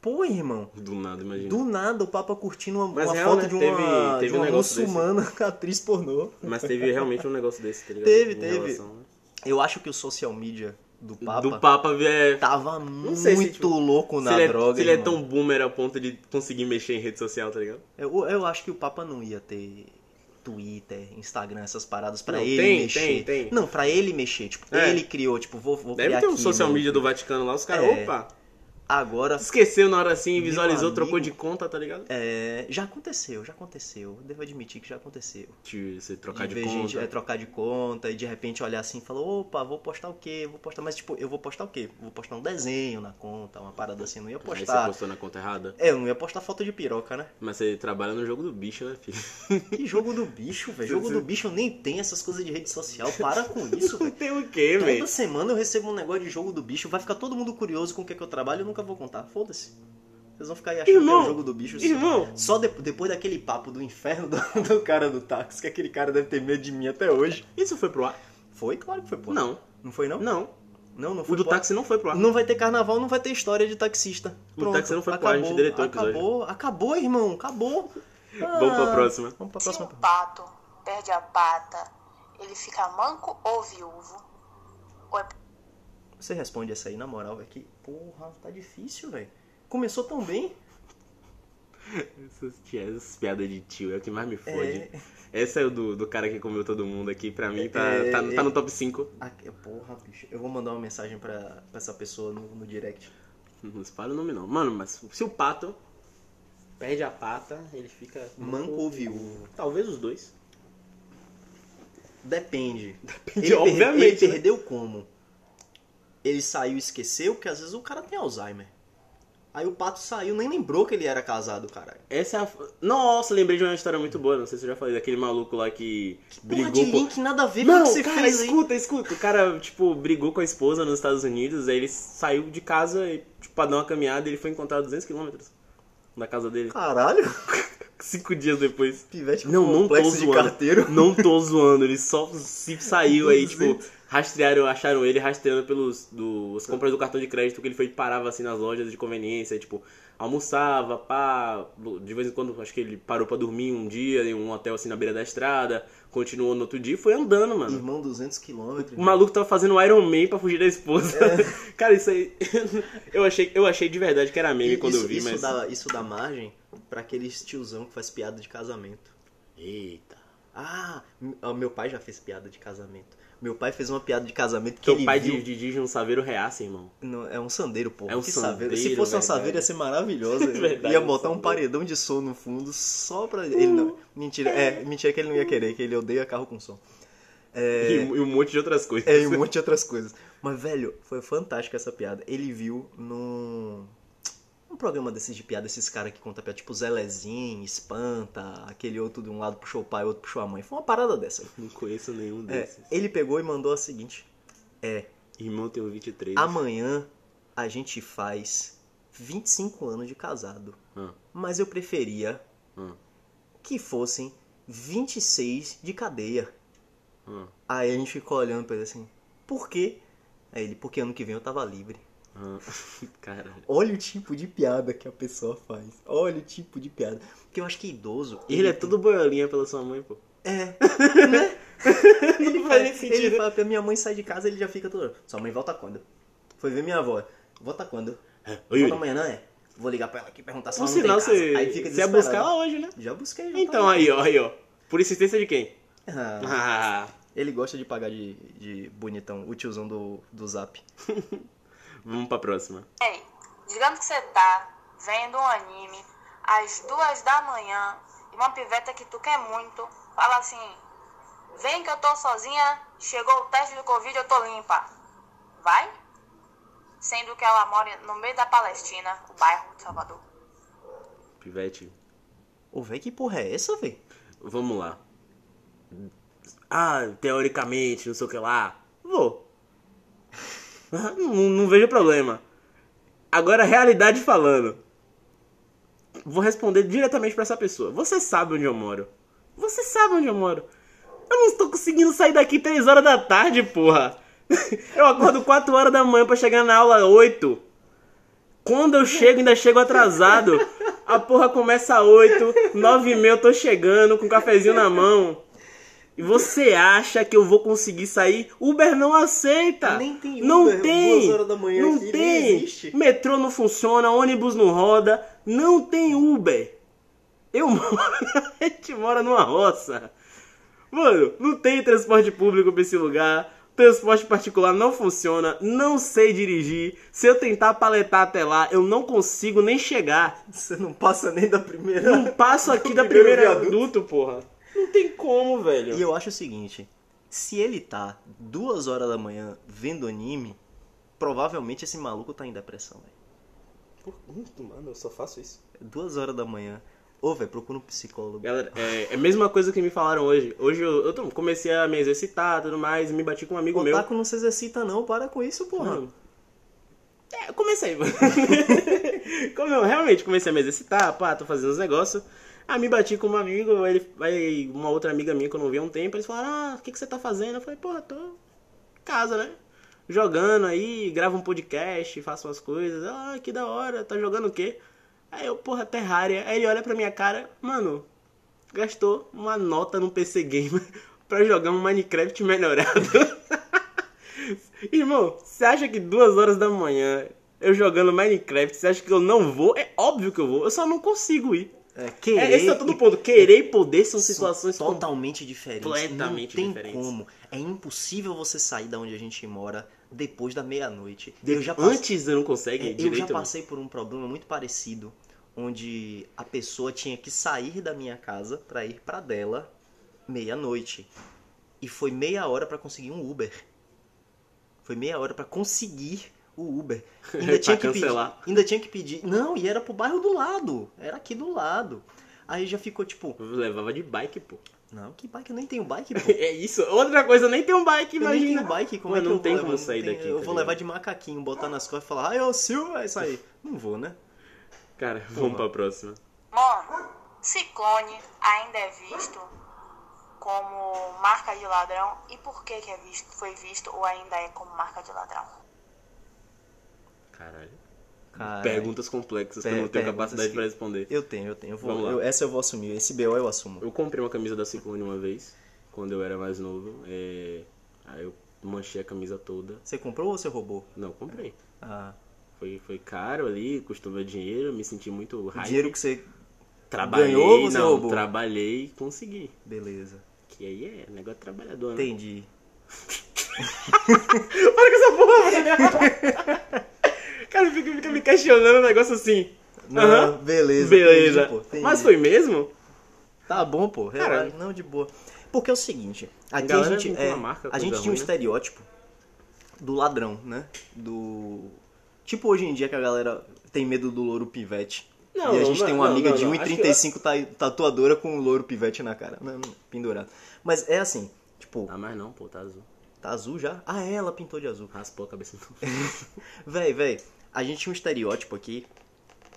Speaker 4: Pô, irmão.
Speaker 3: Do nada, imagina.
Speaker 4: Do nada o Papa curtindo uma,
Speaker 3: Mas
Speaker 4: uma
Speaker 3: real,
Speaker 4: foto
Speaker 3: né?
Speaker 4: de uma,
Speaker 3: Teve- teve
Speaker 4: de
Speaker 3: um
Speaker 4: uma
Speaker 3: negócio
Speaker 4: muçulmana atriz pornô.
Speaker 3: Mas teve realmente um negócio desse, tá ligado?
Speaker 4: Teve,
Speaker 3: Em
Speaker 4: teve.
Speaker 3: relação-
Speaker 4: Eu acho que o social media do Papa,
Speaker 3: Do Papa é.
Speaker 4: tava
Speaker 3: Não
Speaker 4: muito
Speaker 3: sei se, tipo,
Speaker 4: louco na
Speaker 3: se ele, é-
Speaker 4: droga.
Speaker 3: se ele é
Speaker 4: irmão.
Speaker 3: tão boomer a ponto de conseguir mexer em rede social, tá ligado?
Speaker 4: Eu, eu acho que o Papa não ia ter Twitter, Instagram, essas paradas pra
Speaker 3: Não,
Speaker 4: ele
Speaker 3: tem,
Speaker 4: mexer.
Speaker 3: tem, tem.
Speaker 4: Não, pra ele mexer. Tipo,
Speaker 3: É.
Speaker 4: ele criou, tipo, vou, vou
Speaker 3: Deve
Speaker 4: criar
Speaker 3: ter um
Speaker 4: aqui,
Speaker 3: social
Speaker 4: meu.
Speaker 3: media do Vaticano lá, os caras,
Speaker 4: É.
Speaker 3: opa,
Speaker 4: Agora,
Speaker 3: esqueceu na hora assim,
Speaker 4: Meu
Speaker 3: visualizou, trocou de
Speaker 4: amigo.
Speaker 3: conta, tá ligado?
Speaker 4: é, já aconteceu, já aconteceu. Devo admitir que já aconteceu.
Speaker 3: De você trocar de,
Speaker 4: ver
Speaker 3: conta.
Speaker 4: gente é, trocar de conta e de repente olhar assim e falar, opa, vou postar o quê? Vou postar, mas tipo, eu vou postar o quê? Vou postar um desenho na conta, uma parada assim, eu não ia
Speaker 3: Aí você
Speaker 4: postar.
Speaker 3: postou na conta errada.
Speaker 4: É, eu não ia postar foto de piroca, né?
Speaker 3: Mas você trabalha no jogo do bicho, né, filho?
Speaker 4: Que jogo do bicho, velho. Jogo do bicho nem tem essas coisas de rede social. Para com isso, velho.
Speaker 3: Tem o quê,
Speaker 4: Toda
Speaker 3: velho?
Speaker 4: semana eu recebo um negócio de jogo do bicho. Vai ficar todo mundo curioso com o que, é que eu trabalho. Eu nunca vou contar. Foda-se. Vocês vão ficar aí achando
Speaker 3: Irmão,
Speaker 4: que é o jogo do bicho. sim.
Speaker 3: Irmão,
Speaker 4: Só de- depois daquele papo do inferno do, do cara do táxi, que aquele cara deve ter medo de mim até hoje.
Speaker 3: isso foi pro ar?
Speaker 4: Foi? Claro que foi, pô.
Speaker 3: Não,
Speaker 4: Não foi, não?
Speaker 3: não.
Speaker 4: Não, não
Speaker 3: O
Speaker 4: foi
Speaker 3: do
Speaker 4: pro ar.
Speaker 3: táxi não foi pro ar.
Speaker 4: Não vai ter carnaval, não vai ter história de taxista.
Speaker 3: O
Speaker 4: Pronto,
Speaker 3: táxi não foi pro ar, a
Speaker 4: acabou,
Speaker 3: gente deletou o episódio.
Speaker 4: Acabou, acabou, irmão. Acabou.
Speaker 3: Vamos pra
Speaker 4: Ah,
Speaker 3: próxima.
Speaker 4: Vamos pra
Speaker 10: Se
Speaker 4: próxima.
Speaker 10: um pato perde a pata, ele fica manco ou viúvo? Ou é
Speaker 4: Você responde essa aí, na moral, velho. Que porra, tá difícil, velho. Começou tão bem.
Speaker 3: Essas, tia- essas piadas de tio é o que mais me fode.
Speaker 4: É,
Speaker 3: Essa é o do, do cara que comeu todo mundo aqui, pra mim tá,
Speaker 4: É,
Speaker 3: tá, tá no
Speaker 4: é.
Speaker 3: top 5.
Speaker 4: ah, que- porra, bicho. Eu vou mandar uma mensagem pra, pra essa pessoa no, no direct.
Speaker 3: Não espalha o nome não. Mano, mas se o pato perde a pata, ele fica.
Speaker 4: Manco ou viúvo?
Speaker 3: Talvez os dois.
Speaker 4: Depende.
Speaker 3: Depende,
Speaker 4: per-
Speaker 3: obviamente,
Speaker 4: Ele
Speaker 3: né?
Speaker 4: perdeu como? Ele saiu e esqueceu, porque às vezes o cara tem Alzheimer. Aí o pato saiu, nem lembrou que ele era casado, caralho.
Speaker 3: Essa é a. f- Nossa, lembrei de uma história muito boa, não sei se eu já falei, daquele maluco lá que,
Speaker 4: Porra
Speaker 3: brigou
Speaker 4: de
Speaker 3: com.
Speaker 4: link, nada a ver com o
Speaker 3: Não,
Speaker 4: um que você
Speaker 3: cara,
Speaker 4: fez aí.
Speaker 3: escuta, escuta. O cara, tipo, brigou com a esposa nos Estados Unidos, aí ele saiu de casa e, tipo, pra dar uma caminhada, ele foi encontrado a 200 km da casa dele.
Speaker 4: Caralho,
Speaker 3: Cinco dias depois.
Speaker 4: pivete com
Speaker 3: Não, não tô
Speaker 4: Tipo, um complexo de
Speaker 3: zoando.
Speaker 4: carteiro.
Speaker 3: Não tô zoando, ele só se saiu aí, tipo, rastrearam, acharam ele rastreando pelos do, as compras do cartão de crédito que ele foi parava assim nas lojas de conveniência, tipo, almoçava, pá, de vez em quando acho que ele parou pra dormir um dia em um hotel assim na beira da estrada, continuou no outro dia e foi andando, mano.
Speaker 4: Irmão, 200 quilômetros.
Speaker 3: O maluco tava fazendo um Iron Man pra fugir da esposa.
Speaker 4: É.
Speaker 3: Cara, isso aí. Eu achei, eu achei de verdade que era meme quando
Speaker 4: isso,
Speaker 3: eu vi,
Speaker 4: isso
Speaker 3: mas.
Speaker 4: dá, isso dá margem pra aquele tiozão que faz piada de casamento.
Speaker 3: Eita.
Speaker 4: Ah, m- ó, meu pai já fez piada de casamento. Meu pai fez uma piada de casamento que
Speaker 3: Teu
Speaker 4: ele
Speaker 3: pai
Speaker 4: viu...
Speaker 3: de, de, de um saveiro reaça, irmão.
Speaker 4: Não, é um sandeiro, pô.
Speaker 3: É um
Speaker 4: que saveiro.
Speaker 3: sandeiro,
Speaker 4: Se fosse uma
Speaker 3: verdade.
Speaker 4: saveira, ia ser maravilhosa.
Speaker 3: Verdade,
Speaker 4: ia
Speaker 3: um
Speaker 4: botar um
Speaker 3: sandeiro.
Speaker 4: paredão de som no fundo só pra ele. Não... Mentira, é, mentira que ele não ia querer, que ele odeia carro com som. É...
Speaker 3: E, e um monte de outras coisas.
Speaker 4: É, e um monte de outras coisas. Mas, velho, foi fantástica essa piada. Ele viu num. Um programa desses de piada, esses caras que contam piada, tipo Zelezinho, Espanta, aquele outro de um lado puxou o pai, outro puxou a mãe. Foi uma parada dessa.
Speaker 3: Não conheço nenhum
Speaker 4: É,
Speaker 3: desses.
Speaker 4: ele pegou e mandou a seguinte:
Speaker 3: Irmão, um tenho 23.
Speaker 4: Amanhã a gente faz 25 anos de casado.
Speaker 3: Hum.
Speaker 4: Mas eu preferia
Speaker 3: Hum.
Speaker 4: que fossem 26 de cadeia.
Speaker 3: Hum.
Speaker 4: Aí a gente ficou olhando pra ele assim: Por quê? Aí ele: Porque ano que vem eu tava livre.
Speaker 3: Ah, caralho.
Speaker 4: Olha o tipo de piada que a pessoa faz. Olha o tipo de piada. Porque eu acho que idoso.
Speaker 3: E ele é todo boiolinha pela sua mãe, pô.
Speaker 4: tem- É. Né? Ele
Speaker 3: Não
Speaker 4: fala,
Speaker 3: faz nem sentido.
Speaker 4: Ele fala, minha mãe sai de casa, ele já fica todo. Sua mãe volta quando? Foi ver minha avó. Volta quando?
Speaker 3: Ô,
Speaker 4: Volta
Speaker 3: Yuri,
Speaker 4: amanhã, não é? Vou ligar pra ela aqui perguntar se
Speaker 3: por
Speaker 4: ela não tem
Speaker 3: um sinal,
Speaker 4: casa.
Speaker 3: você,
Speaker 4: Aí fica
Speaker 3: você ia buscar
Speaker 4: desesperado.
Speaker 3: ela hoje, né?
Speaker 4: Já busquei. Já
Speaker 3: Então,
Speaker 4: falei.
Speaker 3: aí, ó, aí, ó. Por insistência de quem?
Speaker 4: Ah,
Speaker 3: Ah,
Speaker 4: ele gosta de pagar de, de bonitão, o tiozão do, do zap.
Speaker 3: vamos pra próxima.
Speaker 10: Ei, digamos que você tá vendo um anime às duas da manhã e uma piveta que tu quer muito fala assim: Vem que eu tô sozinha, chegou o teste do Covid, eu tô limpa. Vai? Sendo que ela mora no meio da Palestina, o bairro de Salvador.
Speaker 3: Pivete,
Speaker 4: Ô, véi, que porra é essa, véi?
Speaker 3: vamos lá. Ah, teoricamente, não sei o que lá. Vou. Ah, Não, não vejo problema. Agora, realidade falando. Vou responder diretamente pra essa pessoa. Você sabe onde eu moro. Você sabe onde eu moro. Eu não estou conseguindo sair daqui 3 horas da tarde, porra. Eu acordo 4 horas da manhã pra chegar na aula 8. Quando eu chego, ainda chego atrasado. A porra começa às 8, 9 e meia eu tô chegando com um cafezinho na mão. E você acha que eu vou conseguir sair? Uber não aceita.
Speaker 4: Nem tem Uber,
Speaker 3: Não tem.
Speaker 4: duas horas da manhã
Speaker 3: não
Speaker 4: aqui,
Speaker 3: tem.
Speaker 4: nem existe.
Speaker 3: Metrô não funciona, ônibus não roda, não tem Uber. Eu moro, a gente mora numa roça. Mano, não tem transporte público pra esse lugar. Transporte particular não funciona, não sei dirigir. Se eu tentar paletar até lá, eu não consigo nem chegar.
Speaker 4: Você não passa nem da primeira.
Speaker 3: Não passo aqui da
Speaker 4: primeiro
Speaker 3: primeira
Speaker 4: viaduto.
Speaker 3: adulto, porra. Não tem como, velho.
Speaker 4: E eu acho o seguinte: se ele tá duas horas da manhã vendo anime, provavelmente esse maluco tá em depressão, velho.
Speaker 3: Por quanto, mano? Eu só faço isso.
Speaker 4: Duas horas da manhã. Ô, velho, procura um psicólogo.
Speaker 3: Galera, é, é a mesma coisa que me falaram hoje. Hoje eu, eu tô- comecei a me exercitar tudo mais, me bati com um amigo meu.
Speaker 4: Otaku não se exercita, não. Para com isso, porra.
Speaker 3: Mano, É, eu comecei. mano. Como eu realmente comecei a me exercitar, pá, tô fazendo uns negócios. Aí me bati com um amigo, aí ele, aí uma outra amiga minha que eu não vi há um tempo, eles falaram, ah, o que, que você tá fazendo? Eu falei, porra, tô em casa, né? Jogando aí, gravo um podcast, faço umas coisas. Ah, que da hora, tá jogando o quê? Aí eu, porra, Terraria. Aí ele olha pra minha cara, mano, gastou uma nota no PC Gamer pra jogar um Minecraft melhorado. Irmão, você acha que duas horas da manhã eu jogando Minecraft, você acha que eu não vou? É óbvio que eu vou, eu só não consigo ir.
Speaker 4: É,
Speaker 3: É, esse é todo
Speaker 4: e-
Speaker 3: o ponto. Querer e poder são
Speaker 4: são
Speaker 3: situações totalmente.
Speaker 4: totalmente diferentes.
Speaker 3: completamente
Speaker 4: não tem
Speaker 3: diferentes.
Speaker 4: como. É impossível você sair da onde a gente mora depois da meia-noite.
Speaker 3: Eu
Speaker 4: Eu já passei,
Speaker 3: Antes eu não consegue
Speaker 4: é, eu
Speaker 3: direito.
Speaker 4: já
Speaker 3: mano.
Speaker 4: passei por um problema muito parecido, onde a pessoa tinha que sair da minha casa pra ir pra dela meia-noite. E foi meia hora pra conseguir um Uber. Foi meia hora pra conseguir o Uber. Ainda
Speaker 3: Pra
Speaker 4: tinha que pedir.
Speaker 3: cancelar.
Speaker 4: Ainda tinha que pedir. Não, e era pro bairro do lado. Era aqui do lado. Aí já ficou tipo,
Speaker 3: Eu levava de bike, pô.
Speaker 4: não, que bike? Eu nem tenho bike, pô.
Speaker 3: É isso. Outra coisa, eu nem tenho bike,
Speaker 4: Eu nem
Speaker 3: imagina.
Speaker 4: tenho bike, como
Speaker 3: Mano,
Speaker 4: é que
Speaker 3: não
Speaker 4: eu
Speaker 3: tem
Speaker 4: vou
Speaker 3: como
Speaker 4: levar? Não
Speaker 3: sair
Speaker 4: tem-
Speaker 3: daqui,
Speaker 4: Eu
Speaker 3: tá
Speaker 4: vou levar
Speaker 3: ligado?
Speaker 4: de macaquinho, botar nas costas e falar, ai, ô Sil, é isso aí. Não vou, né?
Speaker 3: Cara, vamos pra próxima.
Speaker 10: Mano, ciclone ainda é visto como marca de ladrão e por que que é visto, foi visto ou ainda é como marca de ladrão?
Speaker 3: Caralho.
Speaker 4: Cara,
Speaker 3: Perguntas complexas que eu
Speaker 4: Per-
Speaker 3: não tenho
Speaker 4: perguntas
Speaker 3: capacidade
Speaker 4: que-
Speaker 3: pra responder.
Speaker 4: Eu tenho, eu tenho. Eu vou,
Speaker 3: Vamos lá.
Speaker 4: eu- essa eu vou assumir, esse BO eu assumo.
Speaker 3: Eu comprei uma camisa da Ciclone uma vez, quando eu era mais novo. é, Aí eu manchei a camisa toda.
Speaker 4: Você comprou ou você roubou?
Speaker 3: Não, comprei.
Speaker 4: Ah,
Speaker 3: Foi, foi caro ali, custou meu dinheiro, me senti muito
Speaker 4: o
Speaker 3: hype.
Speaker 4: dinheiro que você...
Speaker 3: trabalhei,
Speaker 4: ganhou ou você
Speaker 3: não,
Speaker 4: roubou?
Speaker 3: trabalhei e consegui.
Speaker 4: Beleza,
Speaker 3: Que aí é negócio de trabalhador, né?
Speaker 4: entendi.
Speaker 3: Para com essa porra, velho! Cara, fica, fica me questionando um negócio assim.
Speaker 4: Não,
Speaker 3: Aham.
Speaker 4: beleza,
Speaker 3: Beleza.
Speaker 4: entendi, pô, entendi.
Speaker 3: Mas foi mesmo?
Speaker 4: Tá bom, pô, relaxa,
Speaker 3: Caralho.
Speaker 4: não, de boa. Porque é o seguinte, aqui
Speaker 3: Galera
Speaker 4: a gente,
Speaker 3: não tem
Speaker 4: é,
Speaker 3: uma marca,
Speaker 4: a
Speaker 3: coisa
Speaker 4: gente tinha um
Speaker 3: ruim, né?
Speaker 4: estereótipo do ladrão, né? Do... Tipo hoje em dia que a galera tem medo do louro pivete.
Speaker 3: Não,
Speaker 4: e a gente
Speaker 3: não,
Speaker 4: tem uma
Speaker 3: não,
Speaker 4: amiga
Speaker 3: não,
Speaker 4: de
Speaker 3: não.
Speaker 4: 1,35 ta- tatuadora com um louro pivete na cara, né, pendurado. Mas é assim, tipo,
Speaker 3: Ah, mas não, pô, tá azul.
Speaker 4: tá azul já? Ah, é, ela pintou de azul.
Speaker 3: Raspou a cabeça.
Speaker 4: Véi, véi, a gente tinha um estereótipo aqui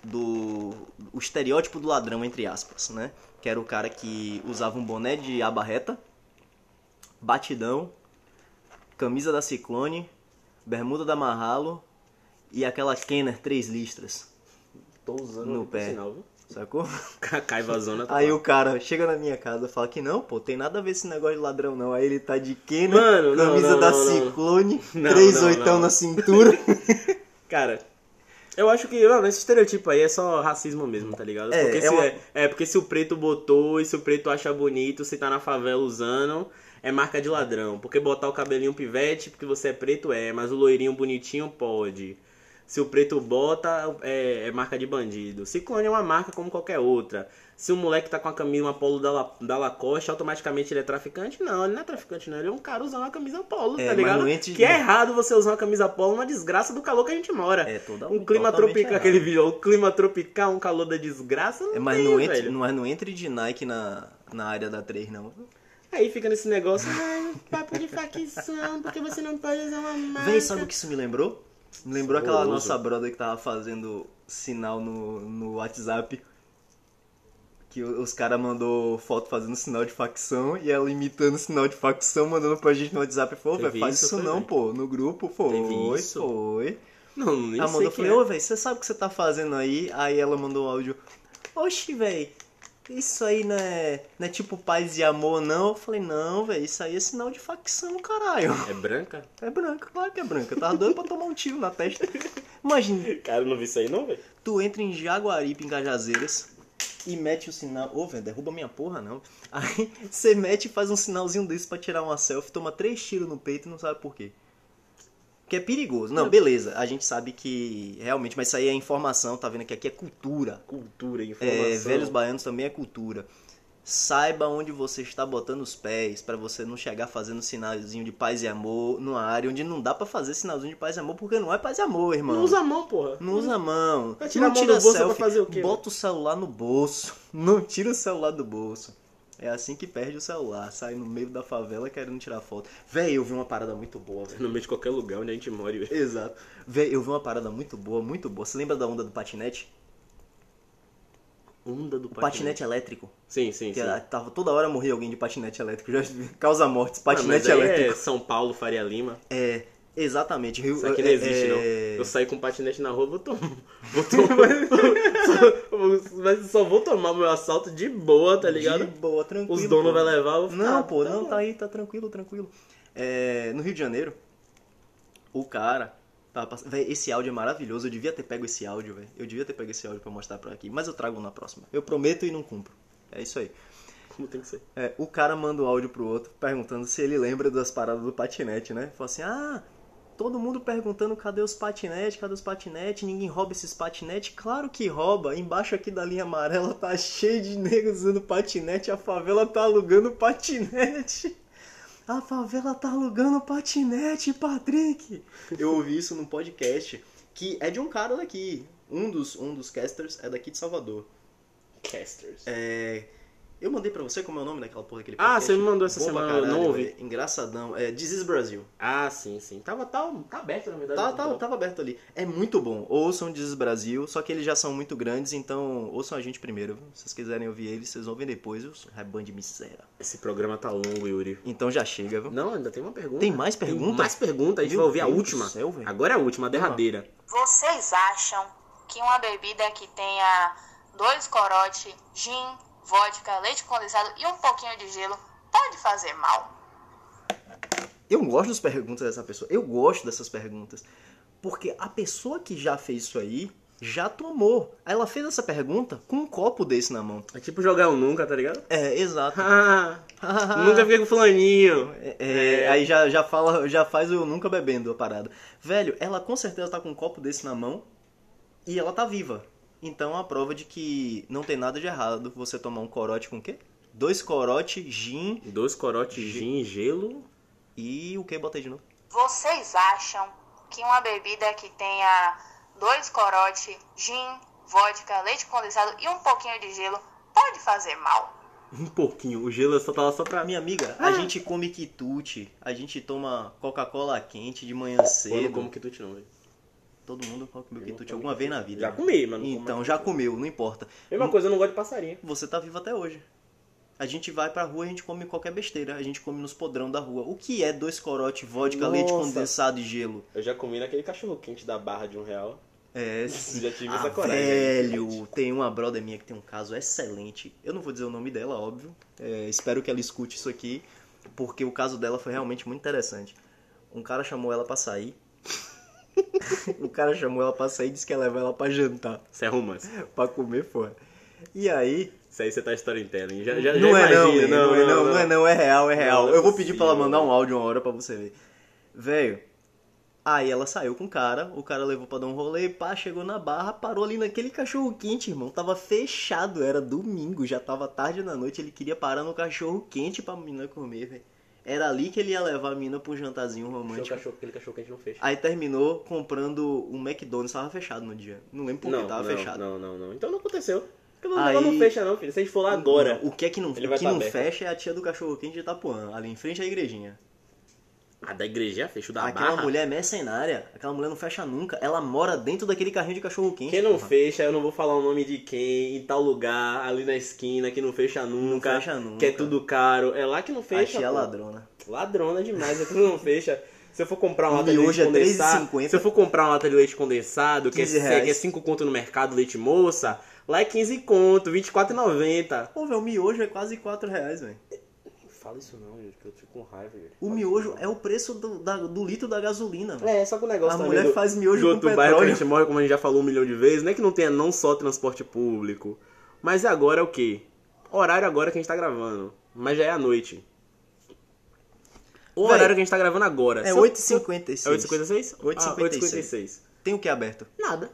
Speaker 4: do. O estereótipo do ladrão, entre aspas, né? Que era o cara que usava um boné de aba reta, batidão, camisa da Ciclone, bermuda da Marralo e aquela Kenner três listras,
Speaker 3: Tô usando
Speaker 4: No
Speaker 3: aqui por
Speaker 4: pé.
Speaker 3: Sinal, viu?
Speaker 4: sacou?
Speaker 3: Cai vazona. tá
Speaker 4: Aí
Speaker 3: lá.
Speaker 4: o cara chega na minha casa e fala que não, pô, tem nada a ver esse negócio de ladrão não. Aí ele tá de Kenner,
Speaker 3: Mano, não,
Speaker 4: camisa
Speaker 3: não,
Speaker 4: da
Speaker 3: não, não.
Speaker 4: Ciclone,
Speaker 3: Não,
Speaker 4: três
Speaker 3: não,
Speaker 4: oitão
Speaker 3: não.
Speaker 4: na cintura.
Speaker 3: Cara, eu acho que mano, esse estereotipo aí é só racismo mesmo, tá ligado?
Speaker 4: É,
Speaker 3: porque
Speaker 4: é
Speaker 3: se,
Speaker 4: uma-
Speaker 3: é, é porque se o preto botou e se o preto acha bonito, se tá na favela usando, é marca de ladrão. Porque botar o cabelinho pivete, porque você é preto, é, mas o loirinho bonitinho pode. Se o preto bota, é, é marca de bandido. Ciclone é uma marca como qualquer outra. Se o moleque tá com a camisa, uma polo da, La- da Lacoste, automaticamente ele é traficante? Não, ele não é traficante, não. Ele é um cara usando uma camisa polo,
Speaker 4: É,
Speaker 3: tá
Speaker 4: mas
Speaker 3: ligado?
Speaker 4: não entre-
Speaker 3: Que é errado você usar uma camisa polo na desgraça do calor que a gente mora.
Speaker 4: É, toda
Speaker 3: Um clima
Speaker 4: totalmente
Speaker 3: tropical,
Speaker 4: errado.
Speaker 3: aquele vídeo, ó, um clima tropical, um calor da desgraça, não
Speaker 4: É, mas,
Speaker 3: tem,
Speaker 4: não
Speaker 3: velho.
Speaker 4: entre, não- mas não entre de Nike na, na área da 3, não.
Speaker 3: Aí fica nesse negócio, ah, papo de facção, porque você não pode usar uma marca.
Speaker 4: Véi, sabe o que isso me lembrou? Me lembrou aquela
Speaker 3: Horroroso.
Speaker 4: nossa brother que tava fazendo sinal no, no WhatsApp. Que o- os caras mandou foto fazendo sinal de facção e ela imitando sinal de facção, mandando pra gente no WhatsApp. Falou,
Speaker 3: Teve
Speaker 4: velho, faz
Speaker 3: isso,
Speaker 4: isso
Speaker 3: foi,
Speaker 4: não,
Speaker 3: véi.
Speaker 4: pô, no grupo. Foi,
Speaker 3: Teve isso?
Speaker 4: foi.
Speaker 3: Não, nem sei
Speaker 4: Ela mandou, eu
Speaker 3: quem
Speaker 4: falei,
Speaker 3: é.
Speaker 4: ô, velho, você sabe o que você tá fazendo aí? Aí ela mandou um áudio, oxi, velho, isso aí não é, não é tipo paz e amor, não? Eu falei, não, velho, isso aí é sinal de facção, caralho.
Speaker 3: É branca?
Speaker 4: É branca, claro que é branca. Eu tava doido pra tomar um tiro na testa. Imagina,
Speaker 3: Cara, eu não vi isso aí não, velho.
Speaker 4: tu entra em Jaguaripe, em Cajazeiras, e mete o sinal. Ô, velho, derruba minha porra, não. Aí você mete e faz um sinalzinho desse pra tirar uma selfie, toma três tiros no peito e não sabe por quê. Que é perigoso. Não, beleza, a gente sabe que realmente, mas isso aí é informação, tá vendo que aqui é cultura.
Speaker 3: Cultura, informação.
Speaker 4: É, velhos baianos também é cultura. Saiba onde você está botando os pés pra você não chegar fazendo sinalzinho de paz e amor numa área onde não dá pra fazer sinalzinho de paz e amor porque não é paz e amor, irmão.
Speaker 3: Não usa a mão, porra.
Speaker 4: Não usa a mão.
Speaker 3: Vai tirar
Speaker 4: não
Speaker 3: a mão
Speaker 4: tira
Speaker 3: do bolso pra
Speaker 4: selfie.
Speaker 3: fazer o quê,
Speaker 4: Bota o celular no bolso. Não tira o celular do bolso. É assim que perde o celular. Sai no meio da favela querendo tirar foto. Véi, eu vi uma parada muito boa, velho.
Speaker 3: No meio de qualquer lugar onde a gente mora, é velho.
Speaker 4: Exato. Véi, eu vi uma parada muito boa, muito boa. Você lembra da onda do patinete?
Speaker 3: Onda do
Speaker 4: O patinete elétrico.
Speaker 3: Sim, sim,
Speaker 4: Que é
Speaker 3: sim.
Speaker 4: era- tava, toda hora morria alguém de patinete elétrico. Já causa mortes,
Speaker 3: Ah,
Speaker 4: patinete
Speaker 3: mas aí
Speaker 4: elétrico.
Speaker 3: É São Paulo, Faria Lima.
Speaker 4: É, exatamente. Rio,
Speaker 3: Isso aqui não
Speaker 4: é-
Speaker 3: existe, não.
Speaker 4: é-
Speaker 3: Eu saí com patinete na rua, vou tomar. Vou tomar. só, mas só vou tomar meu assalto de boa, tá ligado?
Speaker 4: De boa, tranquilo.
Speaker 3: Os donos
Speaker 4: pô.
Speaker 3: vão levar, eu vou ficar,
Speaker 4: Não, pô,
Speaker 3: tá
Speaker 4: não,
Speaker 3: bom.
Speaker 4: tá aí, tá tranquilo, tranquilo. É, no Rio de Janeiro, o cara tava passando. Véi, esse áudio é maravilhoso. Eu devia ter pego esse áudio, velho. Eu devia ter pego esse áudio pra mostrar pra aqui. Mas eu trago na próxima. Eu prometo e não cumpro. É isso aí.
Speaker 3: Como tem que ser?
Speaker 4: É, o cara manda o áudio pro outro perguntando se ele lembra das paradas do patinete, né? Fala assim: ah, todo mundo perguntando cadê os patinetes, cadê os patinetes, ninguém rouba esses patinetes. Claro que rouba, embaixo aqui da linha amarela tá cheio de negros usando patinete, a favela tá alugando patinete. A favela tá alugando patinete, Patrick. Eu ouvi isso num podcast que é de um cara daqui. Um dos, um dos casters é daqui de Salvador.
Speaker 3: Casters.
Speaker 4: É, Eu mandei pra você como é o nome daquela porra daquele
Speaker 3: Ah,
Speaker 4: podcast?
Speaker 3: você me mandou essa
Speaker 4: Bom pra
Speaker 3: semana, eu não
Speaker 4: caralho,
Speaker 3: ouvi.
Speaker 4: velho. Engraçadão. É This is Brasil.
Speaker 3: Ah, sim, sim. Tava, tá, tá aberto, na verdade.
Speaker 4: Tá, tá, tava aberto ali. É muito bom. Ouçam This is Brasil, só que eles já são muito grandes, então ouçam a gente primeiro. Se vocês quiserem ouvir eles, vocês ouvem depois. Eu sou rebanho de miséria.
Speaker 3: Esse programa tá longo, Yuri.
Speaker 4: Então já chega, viu?
Speaker 3: Não, ainda tem uma pergunta.
Speaker 4: Tem mais pergunta?
Speaker 3: Tem mais pergunta, a gente
Speaker 4: Meu
Speaker 3: vai ouvir a
Speaker 4: Deus do
Speaker 3: última.
Speaker 4: céu, velho.
Speaker 3: Agora é a última, a derradeira.
Speaker 10: Vocês acham que uma bebida que tenha dois corote, gin, vodka, leite condensado e um pouquinho de gelo pode fazer mal?
Speaker 4: Eu gosto das perguntas dessa pessoa. Eu gosto dessas perguntas. Porque a pessoa que já fez isso aí já tomou. Ela fez essa pergunta com um copo desse na mão.
Speaker 3: É tipo jogar um nunca, tá ligado?
Speaker 4: É, exato.
Speaker 3: Ah, nunca fiquei com fulaninho.
Speaker 4: É, Aí já, já fala, já faz o nunca bebendo a parada. Velho, ela com certeza tá com um copo desse na mão e ela tá viva. Então é uma prova de que não tem nada de errado você tomar um corote com o quê? Dois corote, gin
Speaker 3: Dois corotes, gin e gelo.
Speaker 4: e o que botei de novo?
Speaker 10: Vocês acham que uma bebida que tenha dois corote, gin, vodka, leite condensado e um pouquinho de gelo pode fazer mal?
Speaker 3: Um pouquinho. O gelo só tava só pra mim.
Speaker 4: Minha amiga, a gente come quitute, a gente toma Coca-Cola quente de manhã
Speaker 3: Eu
Speaker 4: cedo.
Speaker 3: não como quitute não, velho.
Speaker 4: Todo mundo come
Speaker 3: não
Speaker 4: quitute
Speaker 3: como
Speaker 4: alguma vez na vida.
Speaker 3: Já
Speaker 4: né?
Speaker 3: comi, mas não como
Speaker 4: Então
Speaker 3: mais
Speaker 4: já
Speaker 3: quitute.
Speaker 4: comeu, não importa.
Speaker 3: Mesma coisa, eu não gosto de passarinho.
Speaker 4: você tá vivo até hoje. A gente vai pra rua, a gente come qualquer besteira, a gente come nos podrão da rua. O que é dois corote, vodka, leite
Speaker 3: Nossa.
Speaker 4: condensado e gelo?
Speaker 3: Eu já comi naquele cachorro quente da barra de um real.
Speaker 4: É,
Speaker 3: Já tive
Speaker 4: ah,
Speaker 3: essa coragem.
Speaker 4: velho, tem uma brother minha que tem um caso excelente. Eu não vou dizer o nome dela, óbvio. É, espero que ela escute isso aqui, porque o caso dela foi realmente muito interessante. Um cara chamou ela pra sair. o cara chamou ela pra sair e disse que ia levar ela pra jantar,
Speaker 3: Isso é romance.
Speaker 4: pra comer fora. E aí,
Speaker 3: Isso aí você tá storytelling. Já, já,
Speaker 4: não,
Speaker 3: já
Speaker 4: é não,
Speaker 3: imagina.
Speaker 4: não, não, é não, não é não, é real, é real.
Speaker 3: Não, não é
Speaker 4: eu vou pedir pra ela
Speaker 3: possível.
Speaker 4: mandar um áudio uma hora pra você ver. Velho, aí ela saiu com o cara, o cara levou pra dar um rolê, pá, chegou na barra, parou ali naquele cachorro quente, irmão. Tava fechado, era domingo, já tava tarde da noite, ele queria parar no cachorro quente pra menina comer, velho. Era ali que ele ia levar a menina pra um jantarzinho
Speaker 3: Seu
Speaker 4: romântico.
Speaker 3: cachorro, aquele cachorro quente não fecha.
Speaker 4: Aí terminou comprando um McDonald's, tava fechado no dia. Não lembro por que
Speaker 3: não,
Speaker 4: tava
Speaker 3: não,
Speaker 4: fechado.
Speaker 3: Não, não, não. Então não aconteceu. Porque o
Speaker 4: Aí-
Speaker 3: negócio não fecha, não, filho. Se a gente for lá agora.
Speaker 4: O que é que não, o
Speaker 3: Ele vai
Speaker 4: que
Speaker 3: tá
Speaker 4: não
Speaker 3: aberto.
Speaker 4: fecha é a tia do cachorro quente de Itapuã, ali em frente à igrejinha.
Speaker 3: A Ah, da igreja fecha, o da
Speaker 4: Aquela
Speaker 3: barra.
Speaker 4: mulher é mercenária. Aquela mulher não fecha nunca. Ela mora dentro daquele carrinho de cachorro quente.
Speaker 3: Quem não fecha, eu não vou falar o nome de quem, em tal lugar, ali na esquina, que não fecha nunca.
Speaker 4: fecha nunca.
Speaker 3: Que é tudo caro. É lá que não
Speaker 4: fecha.
Speaker 3: fecha.
Speaker 4: A tia é
Speaker 3: pô.
Speaker 4: ladrona.
Speaker 3: Ladrona demais, é tudo não fecha. Se eu for comprar uma lata de leite
Speaker 4: Miojo é
Speaker 3: condensado.
Speaker 4: 3,50.
Speaker 3: se eu for comprar uma lata de leite condensado, que é,
Speaker 4: 15
Speaker 3: se-
Speaker 4: reais.
Speaker 3: que é 5 conto no mercado, leite moça, lá é 15 conto, 24,90.
Speaker 4: Pô, velho, o miojo é quase 4 reais, velho.
Speaker 3: Fala isso não, gente, que eu fico com raiva, gente.
Speaker 4: O miojo é o preço do, da- do litro da gasolina, velho.
Speaker 3: É, só que o negócio
Speaker 4: A
Speaker 3: também
Speaker 4: mulher
Speaker 3: do-
Speaker 4: faz
Speaker 3: do
Speaker 4: miojo com
Speaker 3: outro bairro que a
Speaker 4: petróleo.
Speaker 3: gente morre, como a gente já falou um milhão de vezes, não é que não tenha não só transporte público, mas agora é o quê? Horário agora que a gente tá gravando, mas já é à noite. O
Speaker 4: Véi,
Speaker 3: horário que a gente tá gravando agora.
Speaker 4: É
Speaker 3: Se eu-
Speaker 4: 8,56.
Speaker 3: É 8h56?
Speaker 4: 8,56. Tem o que aberto?
Speaker 3: Nada.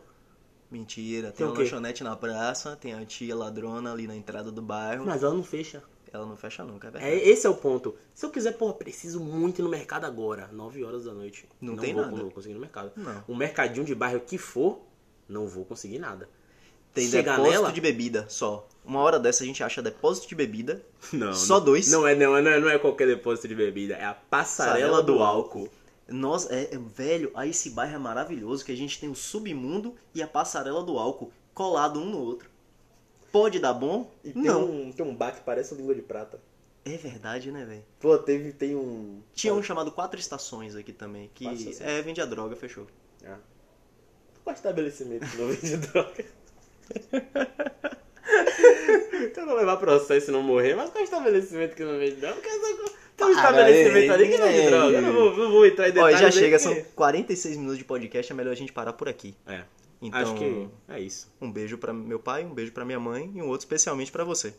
Speaker 4: Mentira,
Speaker 3: Tem
Speaker 4: tem
Speaker 3: o
Speaker 4: uma
Speaker 3: quê?
Speaker 4: lanchonete na praça, tem a tia ladrona ali na entrada do bairro.
Speaker 3: Mas ela não fecha.
Speaker 4: Ela não fecha nunca, é
Speaker 3: É,
Speaker 4: um verdade.
Speaker 3: esse é o ponto. Se eu quiser, porra, preciso muito ir no mercado agora, 9 horas da noite.
Speaker 4: Não tem
Speaker 3: vou,
Speaker 4: nada.
Speaker 3: Não vou conseguir ir no mercado.
Speaker 4: Não.
Speaker 3: Um mercadinho de bairro que for, não vou conseguir nada.
Speaker 4: Tem
Speaker 3: Chegar
Speaker 4: depósito
Speaker 3: nela-
Speaker 4: de bebida só. Uma hora dessa a gente acha depósito de bebida.
Speaker 3: Não.
Speaker 4: Só
Speaker 3: não.
Speaker 4: dois?
Speaker 3: Não é, não, é- não é, não é qualquer depósito de bebida, é a passarela
Speaker 4: Passarela
Speaker 3: do
Speaker 4: do
Speaker 3: álcool.
Speaker 4: Nós, é, é, velho, aí esse bairro é maravilhoso que a gente tem o submundo e a passarela do álcool colado um no outro. Pode dar bom? Não.
Speaker 3: um, tem um bar que parece língua de prata.
Speaker 4: É verdade, né, velho?
Speaker 3: Pô, teve, tem um.
Speaker 4: Tinha um chamado Quatro Estações aqui também, que
Speaker 3: Quatro Estações.
Speaker 4: é, vende a droga, fechou.
Speaker 3: Qual estabelecimento de novo de droga? Então Eu não levar processo e não morrer, mas qual é estabelecimento que não vende droga? Porque essa- tem um
Speaker 4: Para,
Speaker 3: estabelecimento
Speaker 4: ei,
Speaker 3: ali que vende
Speaker 4: ei.
Speaker 3: droga. Eu não vou, não vou entrar em
Speaker 4: Ó,
Speaker 3: detalhes.
Speaker 4: já
Speaker 3: aí,
Speaker 4: chega,
Speaker 3: porque-
Speaker 4: são 46 minutos de podcast, é melhor a gente parar por aqui.
Speaker 3: É,
Speaker 4: Então,
Speaker 3: acho que é isso.
Speaker 4: um beijo pra meu pai, um beijo pra minha mãe e um outro especialmente pra você.